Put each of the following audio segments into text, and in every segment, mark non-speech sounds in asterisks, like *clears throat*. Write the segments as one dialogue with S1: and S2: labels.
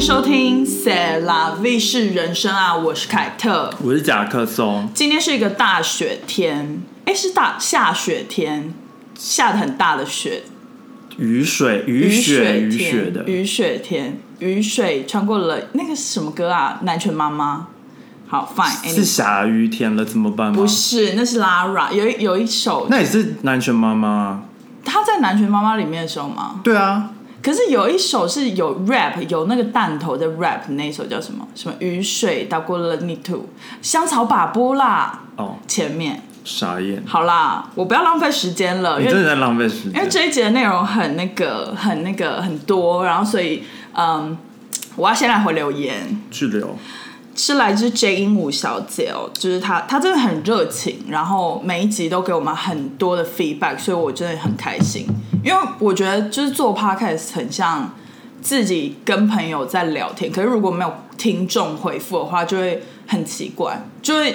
S1: 收听《塞拉 V 是人生啊》，我是凯特。
S2: 我是甲克松，
S1: 今天是一个大雪天，哎，是大下雪天，下的很大的雪，
S2: 雨水、雨雪、雨雪的
S1: 天，雨雪天，雨水穿过了那个是什么歌啊？南拳妈妈。好，fine，
S2: 是
S1: anyway
S2: 下雨天了，怎么办吗？
S1: 不是，那是 Lara 有一有一首，
S2: 那也是南拳妈妈。
S1: 她在南拳妈妈里面的时候吗？
S2: 对啊，
S1: 可是有一首是有 rap，有那个弹头的 rap，那一首叫什么？什么雨水打过了泥土，香草把波啦，
S2: 哦，
S1: 前面。
S2: 傻眼，
S1: 好啦，我不要浪费时间了，
S2: 你
S1: 因
S2: 真
S1: 为
S2: 的在浪费时
S1: 因为
S2: 间。
S1: 这一节的内容很那个很那个很多，然后所以嗯，我要先来回留言，
S2: 去留，
S1: 是来自 J 鹦鹉小姐哦，就是她她真的很热情，然后每一集都给我们很多的 feedback，所以我真的很开心，因为我觉得就是做 podcast 很像自己跟朋友在聊天，可是如果没有听众回复的话，就会很奇怪，就会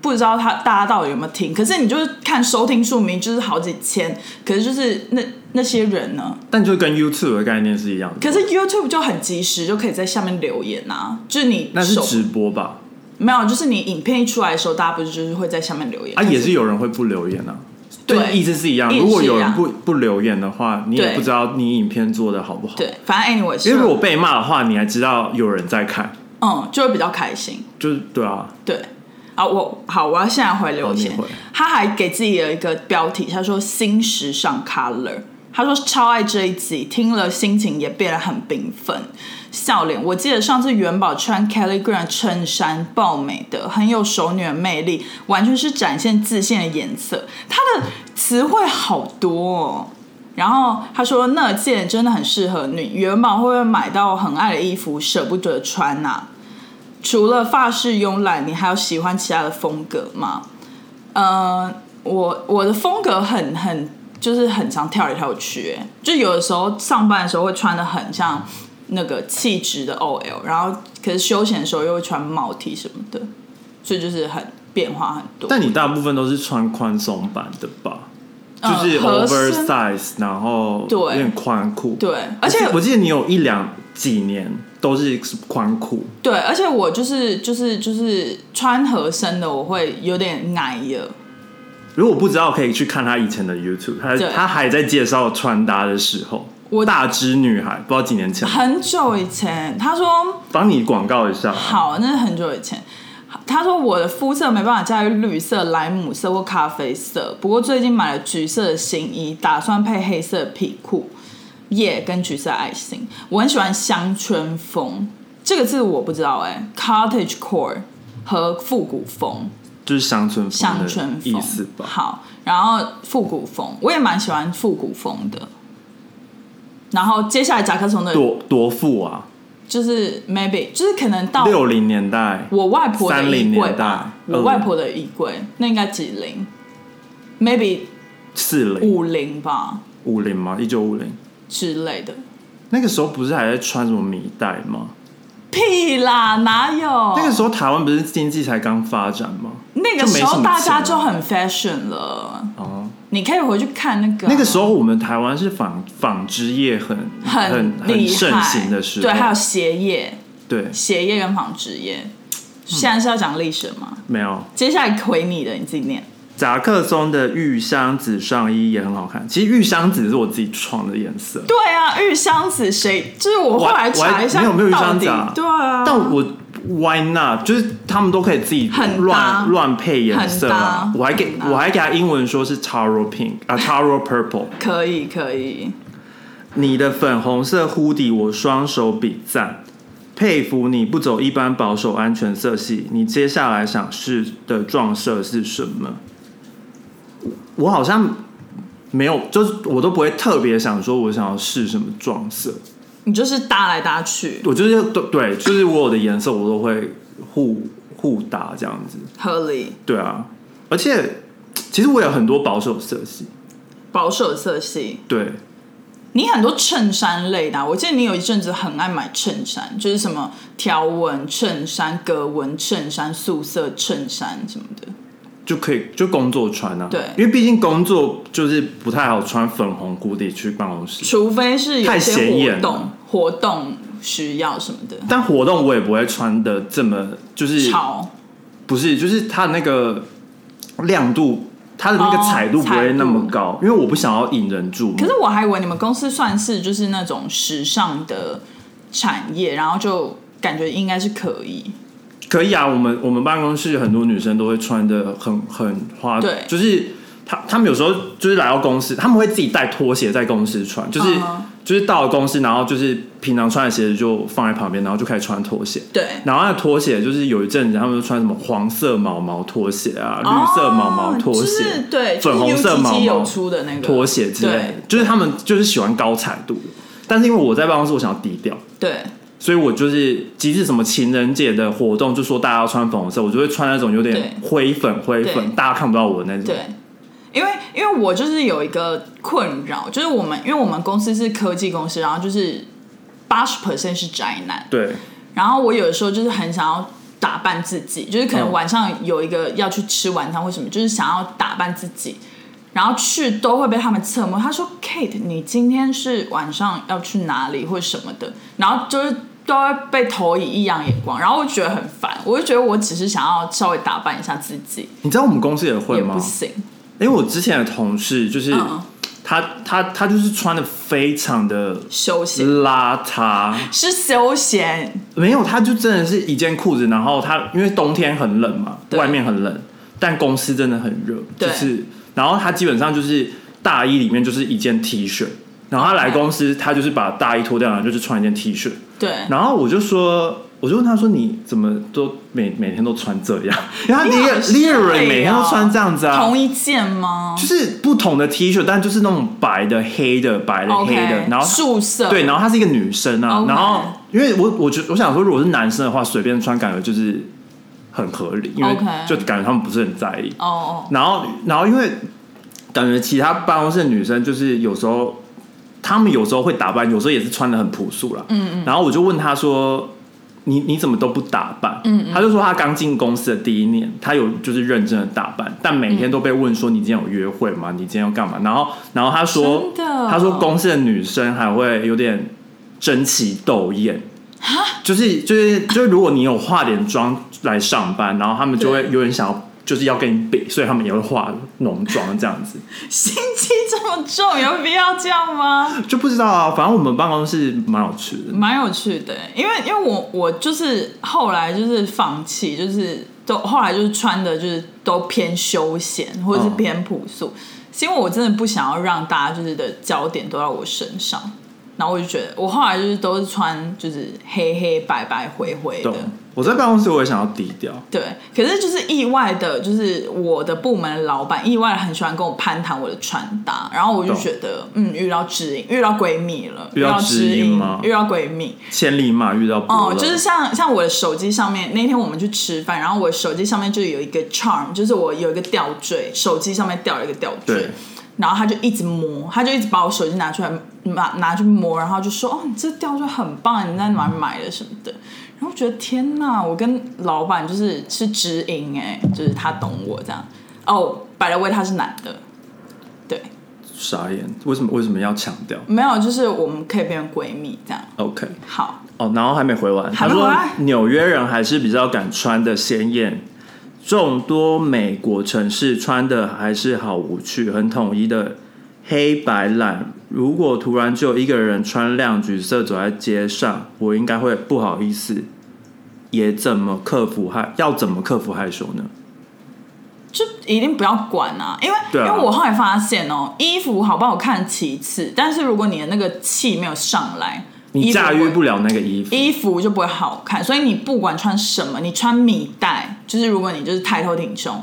S1: 不知道他大家到底有没有听。可是你就是看收听数名就是好几千，可是就是那那些人呢？
S2: 但就跟 YouTube 的概念是一样的。
S1: 可是 YouTube 就很及时，就可以在下面留言啊，就是你
S2: 那是
S1: 手
S2: 直播吧？
S1: 没有，就是你影片一出来的时候，大家不是就是会在下面留言
S2: 啊，也是有人会不留言啊。
S1: 对
S2: 就意思是一样。
S1: 意思
S2: 如果有
S1: 是一
S2: 人
S1: 样
S2: 不不留言的话，你
S1: 对
S2: 也不知道你影片做的好不好。
S1: 对，反正 anyway，
S2: 因为如果被骂的话，你还知道有人在看，
S1: 嗯，就会比较开心。
S2: 就是对啊，
S1: 对啊，我好，我要现在回留言
S2: 好你回。
S1: 他还给自己的一个标题，他说“新时尚 color”，他说超爱这一集，听了心情也变得很缤纷。笑脸，我记得上次元宝穿 Kelly Green 衬衫爆美的，很有熟女的魅力，完全是展现自信的颜色。他的词汇好多哦。然后他说那件真的很适合你，元宝会不会买到很爱的衣服舍不得穿呐、啊除了发饰慵懒，你还有喜欢其他的风格吗？呃，我我的风格很很就是很常跳来跳去、欸，就有的时候上班的时候会穿的很像那个气质的 OL，然后可是休闲的时候又会穿帽 T 什么的，所以就是很变化很多。
S2: 但你大部分都是穿宽松版的吧？就是
S1: 嗯合身
S2: oversize，然后
S1: 对
S2: 有点宽裤。
S1: 对，而且
S2: 我记得你有一两几年都是宽裤，
S1: 对，而且我就是就是就是穿合身的，我会有点矮了。
S2: 如果不知道可以去看他以前的 YouTube，他
S1: 对
S2: 他还在介绍穿搭的时候，
S1: 我
S2: 大只女孩，不知道几年前，
S1: 很久以前，他说
S2: 帮你广告一下。
S1: 好，那是很久以前。他说我的肤色没办法驾驭绿色、莱姆色或咖啡色，不过最近买了橘色的新衣，打算配黑色的皮裤，耶、跟橘色的爱心。我很喜欢乡村风这个字，我不知道哎、c o t t a g e core 和复古风。
S2: 就是乡村风
S1: 乡
S2: 的
S1: 村风
S2: 意思吧？
S1: 好，然后复古风，我也蛮喜欢复古风的。然后接下来甲壳虫的，
S2: 多多富啊，
S1: 就是 maybe 就是可能到
S2: 六零年代
S1: 我外婆的
S2: 30
S1: 衣柜
S2: 年代
S1: 吧，我
S2: 嗯
S1: 外婆的衣柜那应该几零？maybe
S2: 四零
S1: 五零吧
S2: 五零吗？一九五零
S1: 之类的。
S2: 那个时候不是还在穿什么米袋吗？
S1: 屁啦，哪有？
S2: 那个时候台湾不是经济才刚发展吗？
S1: 那个
S2: 就
S1: 时
S2: 没什
S1: 候
S2: 么
S1: 大家
S2: 钱
S1: 就
S2: 啊
S1: 很 fashion 了，
S2: 哦，
S1: 你可以回去看那个啊
S2: 那个时候我们台湾是纺纺织业很很
S1: 厉害，
S2: 盛行的时候，
S1: 对，还有鞋业，
S2: 对
S1: 鞋业跟纺织业。现在是要讲历史吗？
S2: 没有
S1: 接下来回你的，你自己念。
S2: 夹克松的玉香紫上衣也很好看。其实玉香紫是我自己创的颜色，
S1: 对啊，玉香子谁？就是我后
S2: 我
S1: 来
S2: 我还
S1: 查一下
S2: 你
S1: 到底，
S2: 有没有玉香子啊
S1: 对啊，
S2: 但我 why not？就是他们都可以自己
S1: 很搭
S2: 乱乱配颜色啊
S1: 很。搭
S2: 我还给
S1: 很搭
S2: 我还给他英文说是 taro pink 啊 taro purple。
S1: 可以可以，
S2: 你的粉红色 hoodie，我双手比赞，佩服你不走一般保守安全色系，你接下来想试的撞色是什么？我好像没有，就是我都不会特别想说我想要试什么撞色，
S1: 你就是搭来搭去，
S2: 我就是对对，就是我有的颜色我都会互互搭这样子，
S1: 合理
S2: 对啊，而且其实我有很多保守色系，
S1: 保守色系。
S2: 对，
S1: 你很多衬衫类的啊、我记得你有一阵子很爱买衬衫，就是什么条纹衬衫、格纹衬衫、素色衬衫什么的。
S2: 就可以就工作穿啊。
S1: 对
S2: 因为毕竟工作就是不太好穿粉红 hoodie 去办公室，
S1: 除非是有
S2: 太
S1: 些
S2: 显
S1: 活
S2: 眼了
S1: 动活动需要什么的。
S2: 但活动我也不会穿的这么就是
S1: 潮，
S2: 不是就是它那个亮度，它的那个
S1: 哦
S2: 彩度不
S1: 彩
S2: 会
S1: 度
S2: 那么高，因为我不想要引人注目。
S1: 可是我还以为你们公司算是就是那种时尚的产业，然后就感觉应该是可以。
S2: 可以啊，我们我们办公室很多女生都会穿的很很花，
S1: 对
S2: 就是她她们有时候就是来到公司，她们会自己带拖鞋在公司穿，就是、
S1: 嗯哼
S2: 就是到了公司，然后就是平常穿的鞋子就放在旁边，然后就开始穿拖鞋。
S1: 对，
S2: 然后那拖鞋就是有一阵子，他们就穿什么黄色毛毛拖鞋啊，
S1: 哦
S2: 绿色毛毛拖鞋、
S1: 就是对，
S2: 粉红色毛毛
S1: UGG 有出的那个
S2: 拖鞋之类的
S1: 对，
S2: 就是他们就是喜欢高彩度的。但是因为我在办公室，我想要低调，
S1: 对，
S2: 所以我就是，即使什么情人节的活动，就说大家要穿粉红色，我就会穿那种有点
S1: 对
S2: 灰粉、灰
S1: 对
S2: 粉，大家看不到我的那种。
S1: 对，因为因为我就是有一个困扰，就是我们因为我们公司是科技公司，然后就是八十 percent 是宅男，
S2: 对，
S1: 然后我有的时候就是很想要打扮自己，就是可能
S2: 嗯
S1: 晚上有一个要去吃晚餐或什么，就是想要打扮自己。然后去都会被他们侧目。他说：“Kate，你今天是晚上要去哪里或什么的？”然后就是都会被投以异样眼光，然后我就觉得很烦。我就觉得我只是想要稍微打扮一下自己，
S2: 你知道我们公司也会
S1: 也
S2: 吗
S1: 不？行。
S2: 因为我之前的同事就是、
S1: 嗯，
S2: 他，他他就是穿的非常的
S1: 休息
S2: 邋遢，
S1: 是休闲，
S2: 没有，他就真的是一件裤子，然后他因为冬天很冷嘛，
S1: 对
S2: 外面很冷，但公司真的很热，
S1: 对
S2: 就是，然后他基本上就是大衣里面就是一件 T 恤，然后他来公司，他就是把大衣脱掉，然后就是穿一件 T 恤，
S1: 对，
S2: 然后我就说，我就问他说，你怎么都每每天都穿这样？ *laughs* 因为他 l
S1: 好
S2: e
S1: 帅
S2: a r
S1: 哦
S2: 每天都穿这样子啊
S1: 同，一件吗
S2: 就是不同的 T 恤，但就是那种白的、黑的、白的、黑
S1: ？OK，
S2: 的，然后他
S1: 素色，
S2: 对，然后她是一个女生啊
S1: OK
S2: 然后因为我我觉我想说，如果是男生的话，随便穿感觉就是很合理，因为
S1: OK
S2: 就感觉他们不是很在意。
S1: 哦哦，
S2: 然后然后因为感觉其他办公室的女生就是有时候她们有时候会打扮，有时候也是穿的很朴素啦。嗯嗯。然后我就问她说。你你怎么都不打扮？嗯嗯，他就说他刚进公司的第一年，他有就是认真的打扮，但每天都被问说你今天有约会吗？你今天要干嘛？然后然后他说，
S1: 真的
S2: 他说公司的哦女生还会有点争奇斗艳，就是就是就是，如果你有化点妆来上班，然后他们就会
S1: 对
S2: 有点想要，就是要跟你比，所以他们也会化浓妆
S1: *laughs*
S2: 这样子，
S1: 心机这么重，有必要这样吗？
S2: 就不知道啊。反正我们办公室蛮有趣的，
S1: 蛮有趣的，因为因为我我就是后来就是放弃，就是都后来就是穿的就是都偏休闲或者是
S2: 嗯
S1: 偏朴素，是因为我真的不想要让大家就是的焦点都在我身上。然后我就觉得，我后来就是都是穿就是黑黑白白灰灰
S2: 懂
S1: 的，？
S2: 我在办公室我也想要低调，
S1: 对，可是就是意外的，就是我的部门的老板意外地很喜欢跟我攀谈我的穿搭，然后我就
S2: 懂
S1: 觉得，嗯，遇到知音，遇到闺蜜
S2: *laughs*
S1: 了，
S2: 遇
S1: 遇
S2: 到知
S1: 知
S2: 音
S1: 音
S2: 吗
S1: 遇到闺蜜，
S2: 千里马遇到伯
S1: 哦、
S2: 乐，
S1: 就是像像我的手机上面，那天我们去吃饭，然后我的手机上面就有一个 charm，就是我有一个吊坠，手机上面吊了一个吊
S2: 对
S1: 坠，然后他就一直摸，他就一直把我手机拿出来拿拿去摸，然后就说：“哦，你这吊坠很棒，你在哪里买的什么的。”然后我觉得天哪，我跟老板就是是知音哎、就是他懂我这样。哦，百乐威他是男的，对，
S2: 傻眼，为什么为什么要强调
S1: 没有，就是我们可以变成闺蜜这样。
S2: ？OK，
S1: 好，
S2: 哦，然后还没回完，
S1: 还
S2: 他
S1: 没回
S2: 说
S1: 完
S2: 纽约人还是比较敢穿的鲜艳，众多美国城市穿的还是好无趣，很统一的黑白蓝。如果突然就有一个人穿亮橘色走在街上，我应该会不好意思，也怎么克服害？要怎么克服害羞呢？
S1: 就一定不要管啊，因为、
S2: 对啊
S1: 因为我后来发现哦、衣服好不好看其次，但是如果你的那个气没有上来，
S2: 你
S1: 衣服
S2: 驾驭
S1: 会
S2: 不了那个衣服，
S1: 衣服就不会好看，所以你不管穿什么，你穿米袋，就是如果你就是抬头挺胸，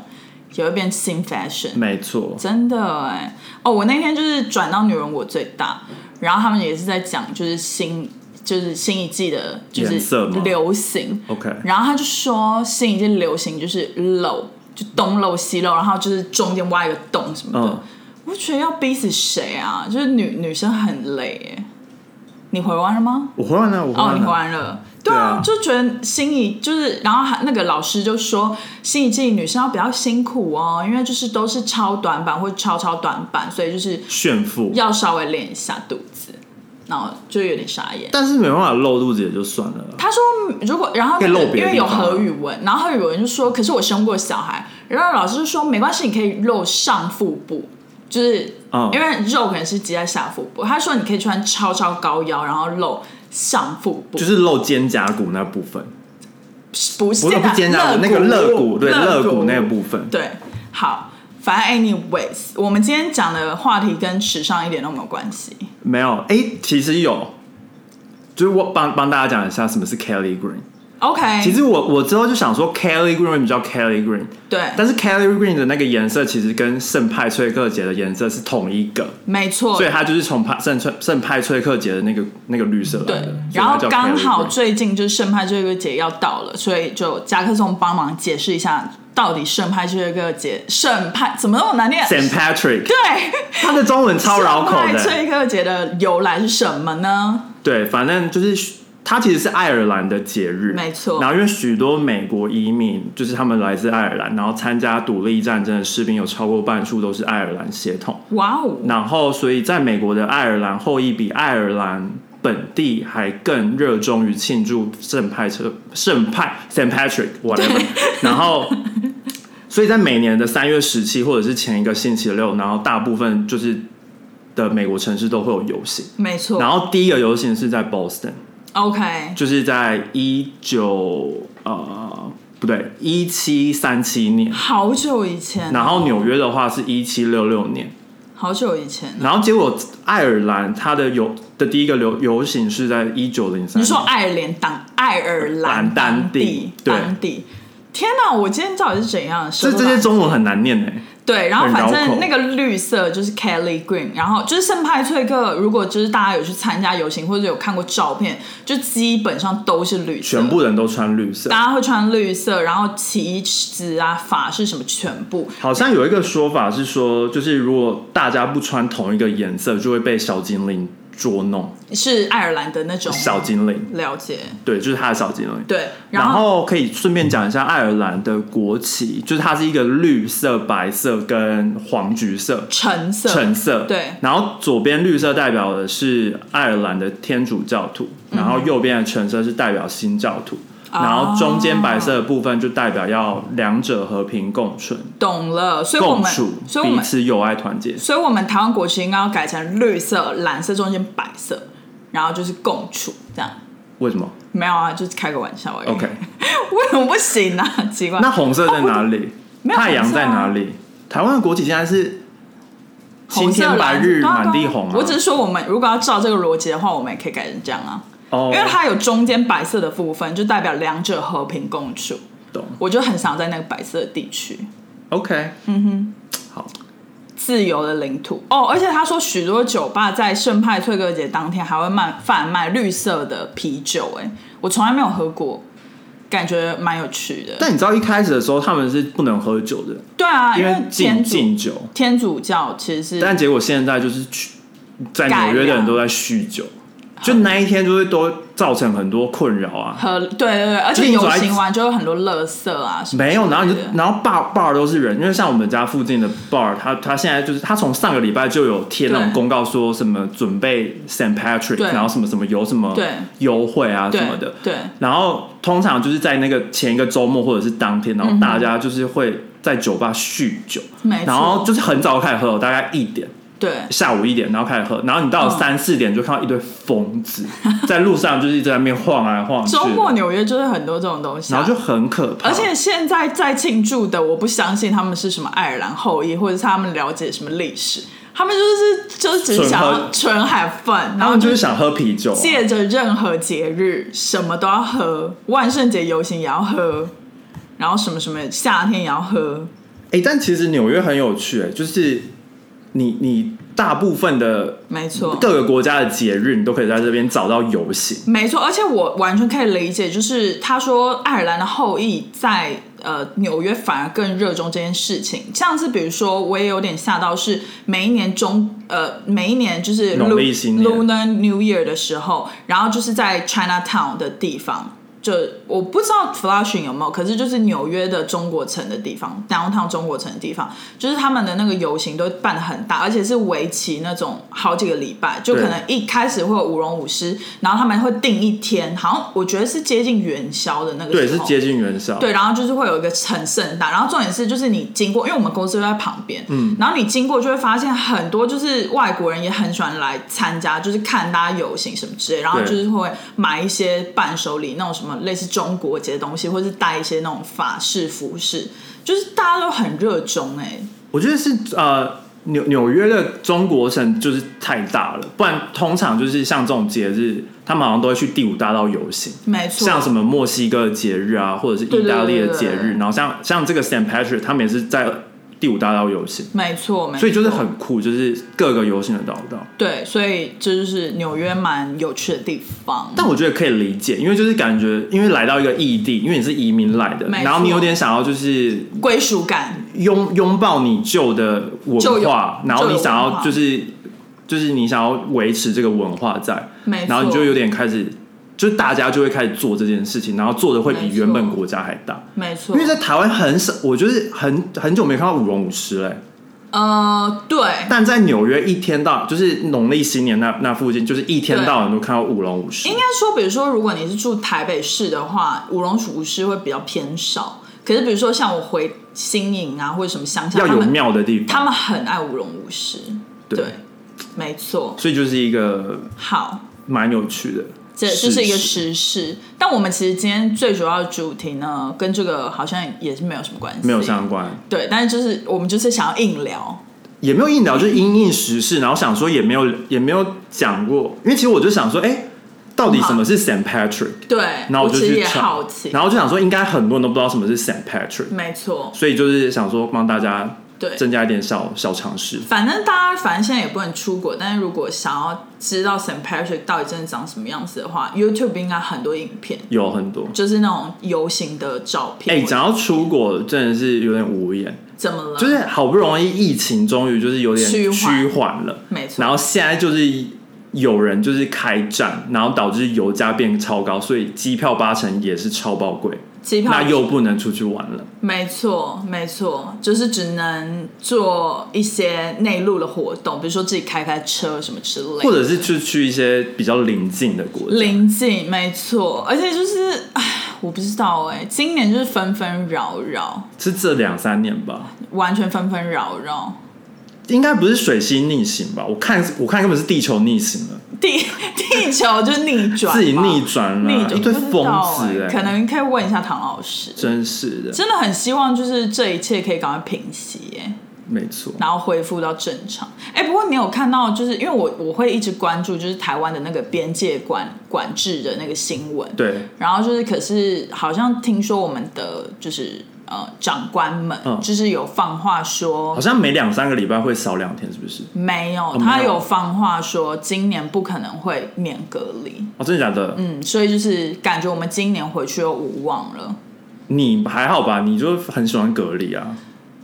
S1: 也会变新 fashion。
S2: 没错，
S1: 真的哎、哦，我那天就是转到女人我最大，然后他们也是在讲就是新就是新一季的就
S2: 颜色
S1: 是
S2: 吗
S1: 流行
S2: OK
S1: 然后他就说新一季流行就是 low，就东漏西漏，然后就是中间挖一个洞什么的，
S2: 嗯，
S1: 我觉得要逼死谁啊？就是女女生很累哎、你回完了吗？
S2: 我回完了，我回
S1: 哦，
S2: 完
S1: 你
S2: 了，
S1: 完了。对啊
S2: 对啊，
S1: 就觉得心仪就是，然后还那个老师就说，新一季女生要比较辛苦哦，因为就是都是超短板或超超短板，所以就是
S2: 炫富。
S1: 要稍微练一下肚子。然后就有点傻眼。
S2: 但是没办法露肚子也就算了啦。
S1: 他说如果然后那
S2: 可以露
S1: 个
S2: 别
S1: 因
S2: 的
S1: 为
S2: 地
S1: 有
S2: 方啊
S1: 何语文，然后何语文就说，可是我生过小孩，然后老师就说没关系，你可以露上腹部，就是、
S2: 嗯
S1: 因为肉可能是积在下腹部，他说你可以穿超超高腰，然后露上腹部，
S2: 就是露肩胛骨那部分，
S1: 不是啊
S2: 不是不是肩胛骨，那个肋骨，对，肋骨那个部分，
S1: 对，好，反正 anyways，我们今天讲的话题跟时尚一点都没有关系。
S2: 没有。哎，其实有，就是我帮帮大家讲一下什么是 Kelly
S1: 嗯
S2: Green。
S1: OK，
S2: 其实我我之后就想说 Kelly Green 比较 Kelly Green，
S1: 对，
S2: 但是 Kelly Green 的那个颜色其实跟圣派翠克节的颜色是同一个，
S1: 没错
S2: 所以，它就是从派圣翠圣派翠克节的那个那个绿色来的
S1: 对。
S2: 所以。
S1: 然
S2: 它
S1: 后
S2: 叫
S1: 刚
S2: Kelly
S1: 好
S2: Green
S1: 最近就是圣派这个节要到了，所以就夹克松帮忙解释一下，到底圣派这个节，圣派怎么那么难念？
S2: Saint Patrick，
S1: 对，
S2: 它的中文超绕口
S1: 圣派
S2: 的。
S1: 这个节的由来是什么呢？
S2: 对，反正就是它其实是爱尔兰的节日，
S1: 没错
S2: 然后因为许多美国移民就是他们来自爱尔兰，然后参加独立战争的士兵有超过半数都是爱尔兰血统。
S1: 哇哦，
S2: 然后，所以在美国的爱尔兰后裔比爱尔兰本地还更热衷于庆祝圣派车圣派 Saint Patrick whatever。然后，所以在每年的三月十七或者是前一个星期六，然后大部分就是的美国城市都会有游行。
S1: 没错
S2: 然后第一个游行是在 Boston，
S1: ，OK，
S2: 就是在一九呃不对一七三七年，
S1: 好久以前，
S2: 然后纽约的话是一七六六年。
S1: 好久以前，
S2: 然后结果爱尔兰它的游的第一个流游行是在一九零三，
S1: 你说爱尔兰当爱尔兰
S2: 当地对
S1: 当地，天哪！我今天到底是怎样？
S2: 这
S1: 是
S2: 这些中文很难念呢、
S1: 对，然后
S2: 很
S1: 反
S2: 绕
S1: 正
S2: 口
S1: 那个绿色就是 Kelly Green，然后就是圣派翠克。如果就是大家有去参加游行或者有看过照片，就基本上都是绿色，
S2: 全部人都穿绿色。
S1: 大家会穿绿色，然后旗子啊、法式什么全部。
S2: 好像有一个说法是说，就是如果大家不穿同一个颜色，就会被小精灵捉弄。
S1: 是爱尔兰的那种
S2: 小精灵，
S1: 了解，
S2: 对，就是他的小精灵。
S1: 对，
S2: 然
S1: 后
S2: 后可以顺便讲一下爱尔兰的国旗，就是它是一个绿色、白色跟黄橘色。
S1: 橙色，
S2: 橙色，
S1: 对
S2: 然后左边绿色代表的是爱尔兰的天主教徒，然后右边的橙色是代表新教徒，
S1: 嗯哦
S2: 然后中间白色的部分就代表要两者和平共存、
S1: 懂了。所以我
S2: 共
S1: 们
S2: 处，，
S1: 所以我
S2: 彼
S1: 们
S2: 此友爱团结。
S1: 所以我们台湾国旗应该要改成绿色、蓝色中间白色，然后就是共处这样。
S2: 为什么
S1: 没有啊，就是开个玩笑而已。
S2: ？OK，
S1: *laughs* 为什么不行啊？奇怪。
S2: 那红色在哪里？
S1: 哦没有
S2: *laughs* 太阳
S1: 红色啊
S2: 在哪里？台湾的国旗现在是
S1: 红
S2: 青
S1: 色
S2: 天白
S1: 蓝
S2: 日
S1: 对啊
S2: 满地
S1: 对啊
S2: 红啊！
S1: 我只是说，我们如果要照这个逻辑的话，我们也可以改成这样啊，
S2: 哦
S1: 因，为它有中间白色的部分，就代表两者和平共处。
S2: 懂
S1: 我就很想在那个白色的地区，
S2: OK，嗯哼，好，
S1: 自由的领土哦。而且他说，许多酒吧在圣派翠克节当天还会卖贩卖绿色的啤酒、哎，我从来没有喝过，感觉蛮有趣的。
S2: 但你知道一开始的时候他们是不能喝酒的，
S1: 对啊，因
S2: 因
S1: 为
S2: 为禁
S1: 天主
S2: 禁酒。
S1: 天主教其实是
S2: 但结果现在就是去在纽约的人都在酗酒，就那一天就会都造成很多困扰啊。
S1: 和对对对，而
S2: 就
S1: 且
S2: 是你走
S1: 游
S2: 在
S1: 行完就有很多垃圾啊什么之类的。
S2: 没有，然后你就然后 bar bar 都是人，因为像我们家附近的 bar，它它现在就是它从上个礼拜就有贴那种
S1: 对
S2: 公告说什么准备 St. Patrick，
S1: 对
S2: 然后什么什么有什么
S1: 对
S2: 优惠啊什
S1: 对
S2: 么的，
S1: 对
S2: 然后通常就是在那个前一个周末或者是当天，然后大家就是会在酒吧酗酒，
S1: 嗯没错
S2: 然后就是很早开始喝，大概一点，
S1: 对，
S2: 下午一点，然后开始喝，然后你到了
S1: 嗯
S2: 三四点就看到一堆疯子 *laughs* 在路上，就是一直在那边晃来晃去，
S1: 周末纽约就是很多这种东西、
S2: 然
S1: 啊，
S2: 后就很可怕。
S1: 而且现在在庆祝的，我不相信他们是什么爱尔兰后裔，或者是他们了解什么历史，他们就是就是只是想要纯海饭，然
S2: 他
S1: 后
S2: 们就是是想喝啤酒啊、
S1: 借着任何节日什么都要喝，万圣节游行也要喝，然后什么什么夏天也要喝，
S2: 哎、但其实纽约很有趣、诶就是你你大部分的
S1: 没错，
S2: 各个国家的节日，你都可以在这边找到游行。
S1: 没错，而且我完全可以理解，就是他说爱尔兰的后裔在呃纽约反而更热衷这件事情。像是比如说，我也有点吓到，是每一年中呃每一年就是
S2: 农历
S1: Lu-
S2: 新年
S1: Lunar New Year 的时候，然后就是在 Chinatown 的地方。就我不知道 Flushing 有没有，可是就是纽约的中国城的地方，downtown 中国城的地方，就是他们的那个游行都办的很大，而且是为期那种好几个礼拜，就可能一开始会有舞龙舞狮，然后他们会定一天，好像我觉得是接近元宵的那个时候，
S2: 对，是接近元宵，
S1: 对，然后就是会有一个很盛大，然后重点是就是你经过，因为我们公司就在旁边，嗯，然后你经过就会发现很多就是外国人也很喜欢来参加，就是看大家游行什么之类，然后
S2: 对
S1: 就是会买一些伴手礼那种什么类似中国节的东西，或是带一些那种法式服饰，就是大家都很热衷哎、
S2: 我觉得是呃，纽纽约的中国城就是太大了，不然通常就是像这种节日，他们好像都会去第五大道游行，
S1: 没错，
S2: 像什么墨西哥的节日啊，或者是意大利的节
S1: 对
S2: 日，
S1: 对对对对
S2: 然后像像这个 St. Patrick，他们也是在第五大道游行，
S1: 没错，没错，
S2: 所以就是很酷，就是各个游行的道道。
S1: 对，所以这就是纽约蛮有趣的地方。
S2: 但我觉得可以理解，因为就是感觉，因为来到一个异地，因为你是移民来的，
S1: 没错
S2: 然后你有点想要就是
S1: 归属感，
S2: 拥拥抱你旧的
S1: 旧
S2: 文
S1: 有
S2: 化，然后
S1: 旧
S2: 你
S1: 有
S2: 想
S1: 文
S2: 要
S1: 化
S2: 就是就是你想要维持这个文化在，
S1: 没错，
S2: 然后你就有点开始，就大家就会开始做这件事情，然后做的会比
S1: 没错
S2: 原本国家还大。
S1: 没错，
S2: 因为在台湾很少，我就是很很久没看到舞龙舞狮嘞，
S1: 呃，对，
S2: 但在纽约一天到就是农历新年那那附近，就是一天
S1: 对
S2: 到晚都看到舞龙舞狮
S1: 应。该说，比如说，如果你是住台北市的话，舞龙舞狮会比较偏少。可是，比如说像我回新营啊，或者什么乡下，
S2: 要
S1: 他
S2: 有
S1: 们
S2: 庙的地方，
S1: 他们很爱舞龙舞狮，
S2: 对
S1: 对，没错。
S2: 所以就是一个
S1: 好，
S2: 蛮有趣的。
S1: 这这是一个时
S2: 事
S1: 事。但我们其实今天最主要的主题呢，跟这个好像也是没有什么关系，
S2: 没有相关，
S1: 对，但是就是我们就是想要硬聊，
S2: 也没有硬聊，就是因应时事，然后想说也没有也没有讲过，因为其实我就想说，哎、到底什么是 St. Patrick？
S1: 对，
S2: 然后
S1: 我
S2: 就
S1: 其实
S2: 去
S1: 也
S2: 查
S1: 好奇，
S2: 然后就想说应该很多人都不知道什么是 St. Patrick，
S1: 没错，
S2: 所以就是想说帮大家
S1: 对，
S2: 增加一点小小常识。
S1: 反正大家反正现在也不能出国，但是如果想要知道 St. Patrick 到底真的长什么样子的话，YouTube 应该很多影片，
S2: 有很多。
S1: 就是那种游行的照片。
S2: 哎、讲到出国，真的是有点无言，
S1: 怎么了？
S2: 就是好不容易疫情终于就是有点
S1: 趋
S2: 趋
S1: 缓
S2: 缓了，
S1: 没错，
S2: 然后现在就是有人就是开战，然后导致油价变超高，所以机票八成也是超爆贵，
S1: 机票
S2: 那又不能出去玩了。
S1: 没错没错，就是只能做一些内陆的活动，比如说自己开开车什么之类的，
S2: 或者是去去一些比较邻近的国家，
S1: 临近，没错，而且就是唉，我不知道哎、今年就是纷纷扰扰，
S2: 是这两三年吧，
S1: 完全纷纷扰扰。
S2: 应该不是水星逆行吧？我看我看根本是地球逆行了，
S1: 地地球就逆转吧，
S2: 自己逆转了，
S1: 逆转
S2: 一堆
S1: 不知
S2: 哦疯
S1: 道
S2: 子
S1: 欸
S2: 哎、
S1: 可能可以问一下唐老师，
S2: 真是的，
S1: 真的很希望就是这一切可以赶快平息、欸，
S2: 没错。
S1: 然后恢复到正常。哎、不过你有看到，就是因为我我会一直关注就是台湾的那个边界管管制的那个新闻，
S2: 对，
S1: 然后就是可是好像听说我们的就是呃长官们、
S2: 嗯
S1: 就是有放话说
S2: 好。像每两三个礼拜会少两天，是不是？
S1: 没有，
S2: 没
S1: 他
S2: 有
S1: 有放话说今年不可能会免隔离，
S2: 哦，真的假的？
S1: 嗯，所以就是感觉我们今年回去又无望了。
S2: 你还好吧？你就很喜欢隔离啊？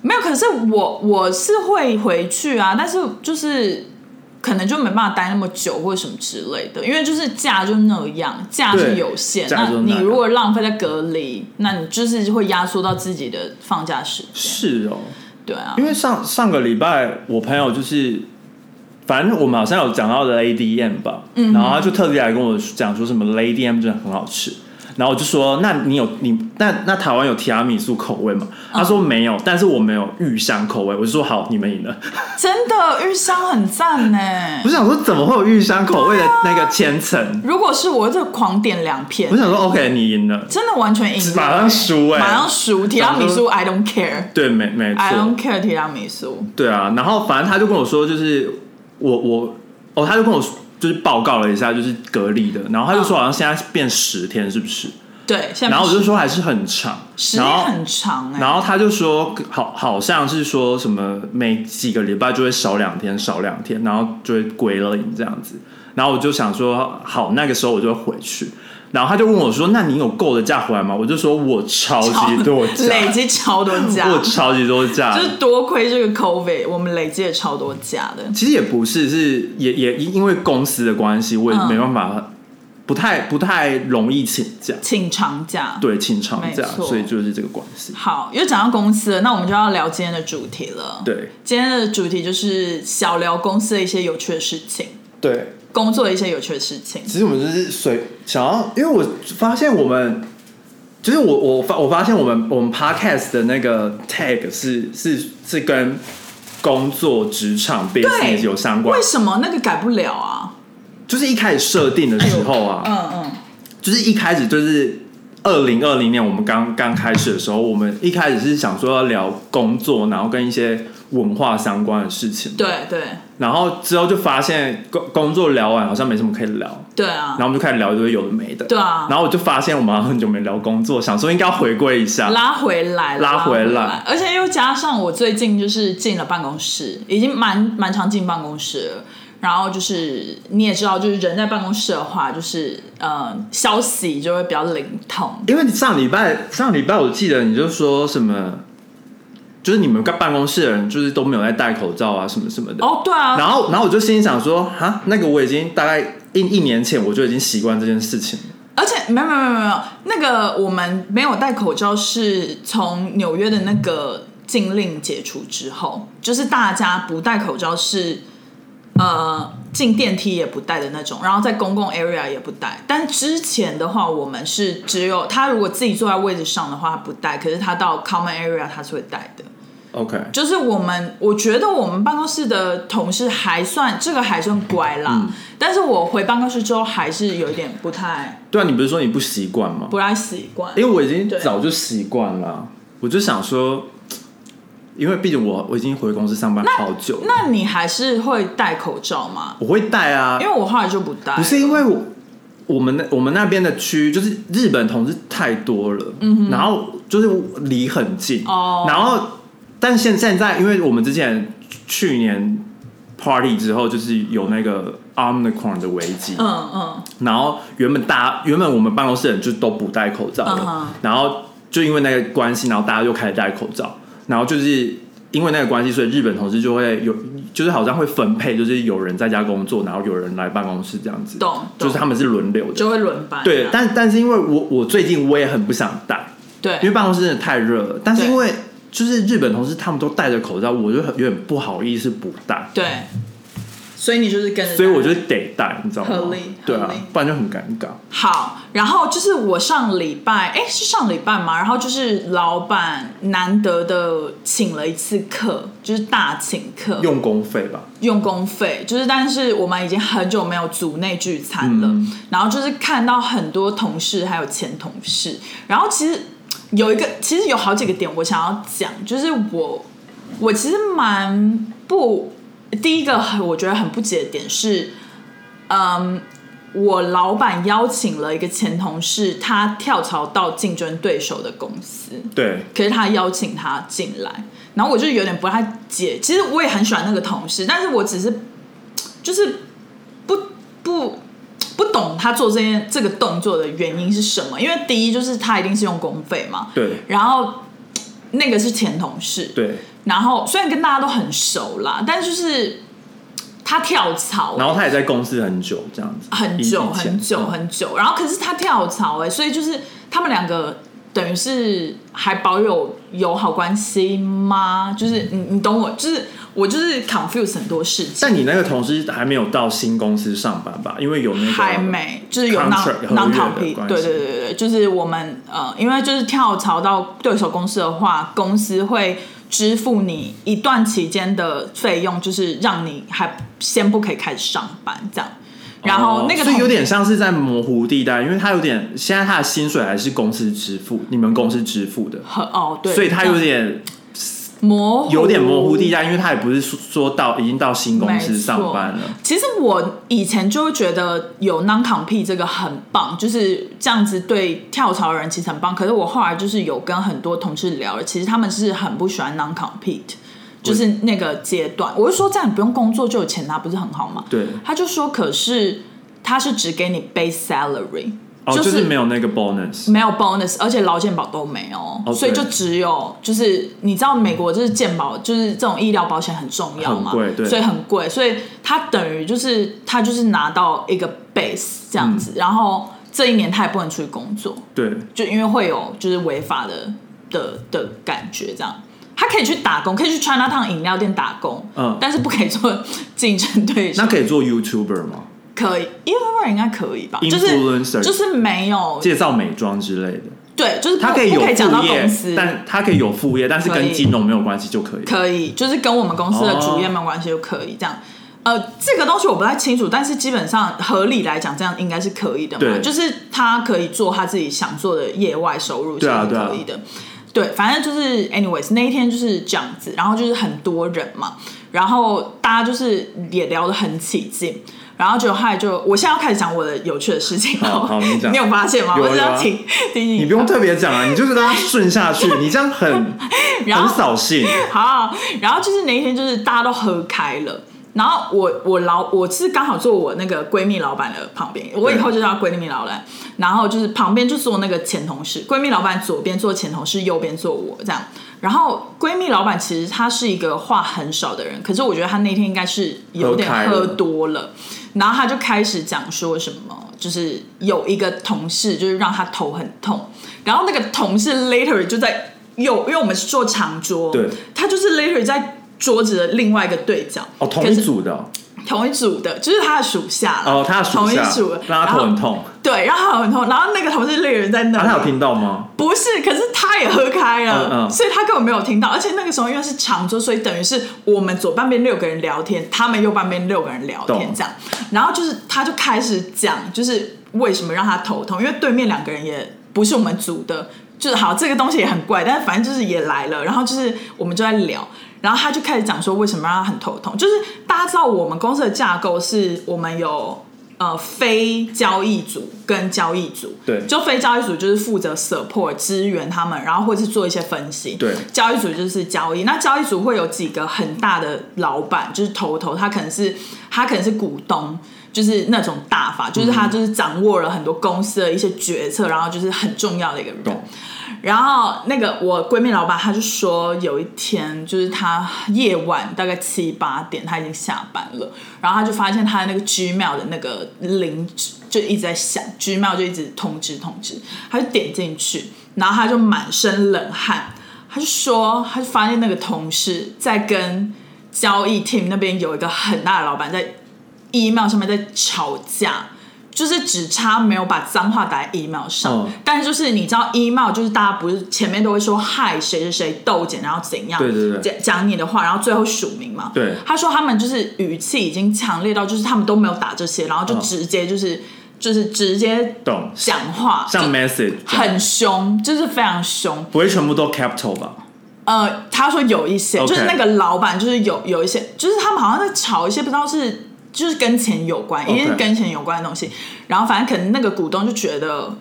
S1: 没有，可是我我是会回去啊，但是就是可能就没办法待那么久或者什么之类的，因为就是假就那样，假是
S2: 对
S1: 有限。
S2: 假
S1: 那
S2: 就那
S1: 你
S2: 样
S1: 如果浪费在隔离，那你就是会压缩到自己的放假时间。
S2: 是哦，
S1: 对啊
S2: 因，为上上个礼拜我朋友就是，反正我们好像有讲到 Lady M 吧，嗯，然后他就特地来跟我讲说什么 Lady M 真的很好吃，然后我就说那你有你那那台湾有提拉米苏口味吗？
S1: 哦
S2: 他说没有，但是我们有芋香口味，我就说好，你们赢了。
S1: 真的玉香很赞呢
S2: 我。想说怎么会有芋香口味的那个千层？
S1: 如果是我，就狂点两片
S2: 我，想说 OK，你赢了，
S1: 真的完全赢了，
S2: 马上输哎、
S1: 马上输。提拉米苏，I don't care，I
S2: 对，没没错
S1: don't care 提拉米苏。
S2: 对啊，然后反正他就跟我说，就是我我哦，他就跟我说就是报告了一下，就是隔离的，然后他就说好像现在变十天，是不是？
S1: 对，现在
S2: 然后我就说还是很长，
S1: 时
S2: 然
S1: 间
S2: 后
S1: 很长哎、
S2: 然后他就说好好像是说什么每几个礼拜就会少两天，少两天，然后就会归零这样子。然后我就想说好，那个时候我就会回去。然后他就问我说：“那你有够的假回来吗？”我就说：“我超级多假，
S1: 累积超多假，
S2: 我超级多假，
S1: 就是多亏这个 COVID，我们累积了超多假的。
S2: 其实也不是，是也也因因为公司的关系，我也
S1: 嗯
S2: 没办法不太不太容易请假，
S1: 请长假。
S2: 对，请长
S1: 没
S2: 假，
S1: 错
S2: 所以就是这个关系。
S1: 好，又讲到公司了，那我们就要聊今天的主题了。，
S2: 对
S1: 今天的主题就是小聊公司的一些有趣的事情，
S2: 对，
S1: 工作的一些有趣的事情。
S2: 其实我们就是随想要，因为我发现我们，就是我我发我发现我们我们 podcast 的那个 tag 是是是跟工作职场 business 有相关
S1: 为，什么那个改不了啊？
S2: 就是一开始设定的时候啊，
S1: 嗯嗯，
S2: 就是一开始就是二零二零年我们刚刚开始的时候，我们一开始是想说要聊工作，然后跟一些文化相关的事情，
S1: 对对
S2: 然后之后就发现工工作聊完好像没什么可以聊，
S1: 对啊
S2: 然，后我们就开始聊一堆有的没的，
S1: 对啊，
S2: 然后我就发现我们好像很久没聊工作，想说应该要回归一下。
S1: 拉回来，
S2: 啊拉回来
S1: 来，而且又加上我最近就是进了办公室，已经蛮蛮常进办公室了。然后就是你也知道，就是人在办公室的话，就是呃，消息就会比较灵通。
S2: 因为你上礼拜上礼拜我记得你就说什么，就是你们办公室的人就是都没有在戴口罩啊什么什么的。
S1: 哦，对啊，
S2: 然后然后我就心里想说，哈，那个我已经大概一一年前我就已经习惯这件事情了。
S1: 而且没有没有没有没有，那个我们没有戴口罩是从纽约的那个禁令解除之后，就是大家不戴口罩是呃进电梯也不戴的那种，然后在公共 area 也不戴。但之前的话，我们是只有他如果自己坐在位置上的话他不戴，可是他到 common area 他是会戴的。
S2: OK，
S1: 就是我们，我觉得我们办公室的同事还算这个还算乖啦，但是我回办公室之后还是有一点不太
S2: 对啊，你不是说你不习惯吗？
S1: 不太习惯。
S2: 因为我已经
S1: 对
S2: 早就习惯了啊，我就想说，因为毕竟我我已经回公司上班好久了，
S1: 那你还是会戴口罩吗？
S2: 我会戴啊，
S1: 因为我后来就不戴，
S2: 不是因为我我们那我们那边的区就是日本同志太多了，嗯、然后就是离很近，
S1: 哦
S2: 然后但现现在因为我们之前去年 party 之后就是有那个 omicron 的危机，
S1: 嗯嗯，
S2: 然后原本大原本我们办公室的人就都不戴口罩了
S1: 嗯哼
S2: 然后就因为那个关系，然后大家就开始戴口罩，然后就是因为那个关系，所以日本同事就会有，就是好像会分配，就是有人在家工作，然后有人来办公室这样子，
S1: 懂懂
S2: 就是他们是轮流的。
S1: 就会轮班啊这
S2: 对
S1: 样。，
S2: 但但是因为我我最近我也很不想戴，因为
S1: 对
S2: 办公室真的太热了，但是
S1: 对
S2: 因为就是日本同事他们都戴着口罩，我就很有点不好意思不戴，
S1: 对，所以你就是跟着，
S2: 所以我就得戴，你知道吗
S1: 合理？
S2: 对
S1: 合
S2: 啊
S1: 理，
S2: 不然就很尴尬。
S1: 好。然后就是我上礼拜，哎，是上礼拜嘛，然后就是老板难得的请了一次客，就是大请客，
S2: 用工费吧，
S1: 用工费，就是但是我们已经很久没有组内聚餐了，
S2: 嗯
S1: 然后就是看到很多同事还有前同事，然后其实有一个其实有好几个点我想要讲，就是我我其实蛮不第一个很我觉得很不解的点是，嗯。我老板邀请了一个前同事，他跳槽到竞争对手的公司，
S2: 对，
S1: 可是他邀请他进来，然后我就有点不太解。其实我也很喜欢那个同事，但是我只是就是不不不懂他做这件这个动作的原因是什么。因为第一就是他一定是用公费嘛，
S2: 对
S1: 然后那个是前同事，
S2: 对，
S1: 然后虽然跟大家都很熟啦，但就是他跳槽，啊
S2: 然后他也在公司很久，这样子，
S1: 很
S2: 以
S1: 久
S2: 以前
S1: 很久
S2: 嗯
S1: 很久，然后可是他跳槽哎、欸，所以就是他们两个等于是还保有友好关系吗？就是你你懂我，就是我就是 confuse 很多事情，
S2: 但你那个同事还没有到新公司上班吧？因为有那个
S1: 还没就是有 non
S2: contract 合约的
S1: non compete，
S2: 关系
S1: 对对对对对，就是我们呃，因为就是跳槽到对手公司的话，公司会支付你一段期间的费用，就是让你还先不可以开始上班这样。然后那个
S2: 哦所以
S1: 同
S2: 有点像是在模糊地带，因为他有点现在他的薪水还是公司支付，你们公司支付的，
S1: 很哦，对，
S2: 所以他有点
S1: 模糊，
S2: 有点模糊地带，因为他也不是说说到已经到新公司上班
S1: 没错
S2: 了，
S1: 其实我以前就会觉得有 non compete 这个很棒，就是这样子对跳槽的人其实很棒。可是我后来就是有跟很多同事聊了，其实他们是很不喜欢 non compete，就是那个阶段。我就说这样你不用工作就有钱拿，不是很好吗？
S2: 对
S1: 他就说可是他是只给你 base salary，
S3: 哦，就
S1: 就
S3: 是是没有那个 bonus，
S1: 没有 bonus，而且劳健保都没有
S3: 哦
S1: 所以
S3: 对
S1: 就只有就是你知道美国就是健保就是这种医疗保险很重要嘛，
S3: 很贵对
S1: 所以很贵，所以他等于就是他就是拿到一个 base 这样
S3: 嗯
S1: 子，然后这一年他也不能出去工作，
S3: 对，
S1: 就因为会有就是违法的的的感觉这样。他可以去打工，可以去 China Town 饮料店打工，
S3: 嗯
S1: 但是不可以做竞争对手。
S3: 那可以做 YouTuber 吗？
S1: 可以，因为 r 应该可以吧？就是
S3: Influencer
S1: 就是没有
S3: 介绍美妆之类的，
S1: 对，就是不
S3: 他以
S1: 不
S3: 有
S1: 可以讲到
S3: 副
S1: 公
S3: 业
S1: 司，，
S3: 但他可以有副业，但是
S1: 可以
S3: 跟金融没有关系就可以。
S1: 可以，啊就是跟我们公司的主业没有关系就可以这样。呃，这个东西我不太清楚，但是基本上合理来讲，这样应该是可以的嘛。
S3: 对
S1: 就是他可以做他自己想做的业外收入，
S3: 对啊
S1: 是
S3: 对啊
S1: 可以的。对，反正就是 anyways 那一天就是这样子，然后就是很多人嘛，然后大家就是也聊得很起劲，然后就还就我现在要开始讲我的有趣的事情了。
S3: 好好你
S1: *laughs*
S3: 讲
S1: 有发现吗？
S3: 有啊
S1: 我是
S3: 有
S1: 要
S3: 啊
S1: 提提醒
S3: 你不用特别讲啊，你就是让它顺下
S1: *laughs*
S3: 去，你这样很
S1: 然后
S3: 很扫兴。
S1: *laughs* 好，然后就是那一天就是大家都喝开了。然后我我老我是刚好坐我那个闺蜜老板的旁边，我以后就叫她闺蜜老板。然后就是旁边就坐那个前同事，闺蜜老板左边坐前同事，右边坐我这样。然后闺蜜老板其实她是一个话很少的人，可是我觉得她那天应该是有点
S3: 喝开了
S1: 喝多了，然后她就开始讲说什么，就是有一个同事就是让她头很痛，然后那个同事 later 就在右，因为我们是坐长桌，
S3: 对，
S1: 他就是 later 在桌子的另外一个对角，
S3: 哦，同一组的哦，
S1: 可是同一组的，就是他的属下啦
S3: 哦他的属
S1: 同一
S3: 下
S1: 组，
S3: 让
S1: 然
S3: 他
S1: 后
S3: 头很痛，
S1: 对，然后他很痛，然后那个同事 later 在那
S3: 啊，
S1: 里，
S3: 他有听到吗？
S1: 不是，可是他也喝开了，
S3: 嗯嗯
S1: 所以他根本没有听到。而且那个时候因为是长桌，所以等于是我们左半边六个人聊天，他们右半边六个人聊天
S3: 懂
S1: 这样。然后就是他就开始讲，就是为什么让他头痛，因为对面两个人也不是我们组的，就是好这个东西也很怪，但是反正就是也来了。然后就是我们就在聊，然后他就开始讲说为什么让他很头痛，就是大家知道我们公司的架构是我们有。呃，非交易组跟交易组，
S3: 对
S1: 就非交易组就是负责 support 支援他们，然后或是做一些分析。
S3: 对
S1: 交易组就是交易，那交易组会有几个很大的老板，就是头头，他可能是他可能是股东。就是那种大
S3: 嗯
S1: 法，就是他就是掌握了很多公司的一些决策，然后就是很重要的一个人。
S3: 懂，
S1: 然后那个我闺蜜老板，她就说有一天，就是她夜晚大概七八点，她已经下班了，然后她就发现她的那个 Gmail 的那个铃就一直在响，Gmail 就一直通知通知，她就点进去，然后她就满身冷汗，她就说，她就发现那个同事在跟交易 team 那边有一个很大的老板在 email 上面在吵架，就是只差没有把脏话打在 email 上。
S3: 嗯
S1: 但是就是你知道 email 就是大家不是前面都会说嗨谁谁谁豆姐，然后怎样，
S3: 对对对
S1: 讲讲你的话，然后最后署名嘛。
S3: 对
S1: 他说他们就是语气已经强烈到就是他们都没有打这些，然后就
S3: 嗯
S1: 直接就是、就是直接
S3: 懂，
S1: 讲话，
S3: 像
S1: 就
S3: message 这样
S1: 很凶，就是非常凶。
S3: 不会全部都 capital 吧？
S1: 呃，他说有一些
S3: OK
S1: 就是那个老板，就是有有一些，就是他们好像在炒一些不知道是就是跟钱有关，一
S3: OK
S1: 定是跟钱有关的东西。然后反正可能那个股东就觉得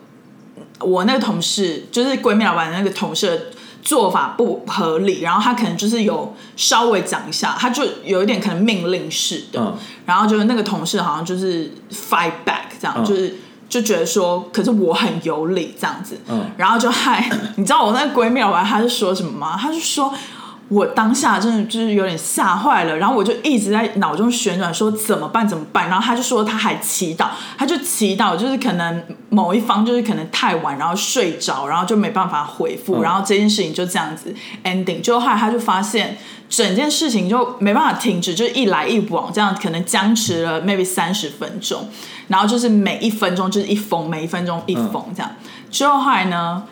S1: 我那个同事，就是闺蜜老板的那个同事的做法不合理，然后他可能就是有稍微讲一下，他就有一点可能命令式的，
S3: 嗯
S1: 然后就是那个同事好像就是 fight back 这样，
S3: 嗯
S1: 就是就觉得说，可是我很有理这样子，
S3: 嗯
S1: 然后就害 *coughs* 你知道我那个闺蜜玩，她是说什么吗？她是说。我当下真的就是有点吓坏了，然后我就一直在脑中旋转，说怎么办怎么办。然后她就说她还祈祷，她就祈祷，就是可能某一方就是可能太晚，然后睡着，然后就没办法回复，
S3: 嗯
S1: 然后这件事情就这样子 ending。就后来她就发现整件事情就没办法停止，就是一来一往这样，可能僵持了 maybe 三十分钟，然后就是每一分钟就是一封，每一分钟一封这样。之后后来呢，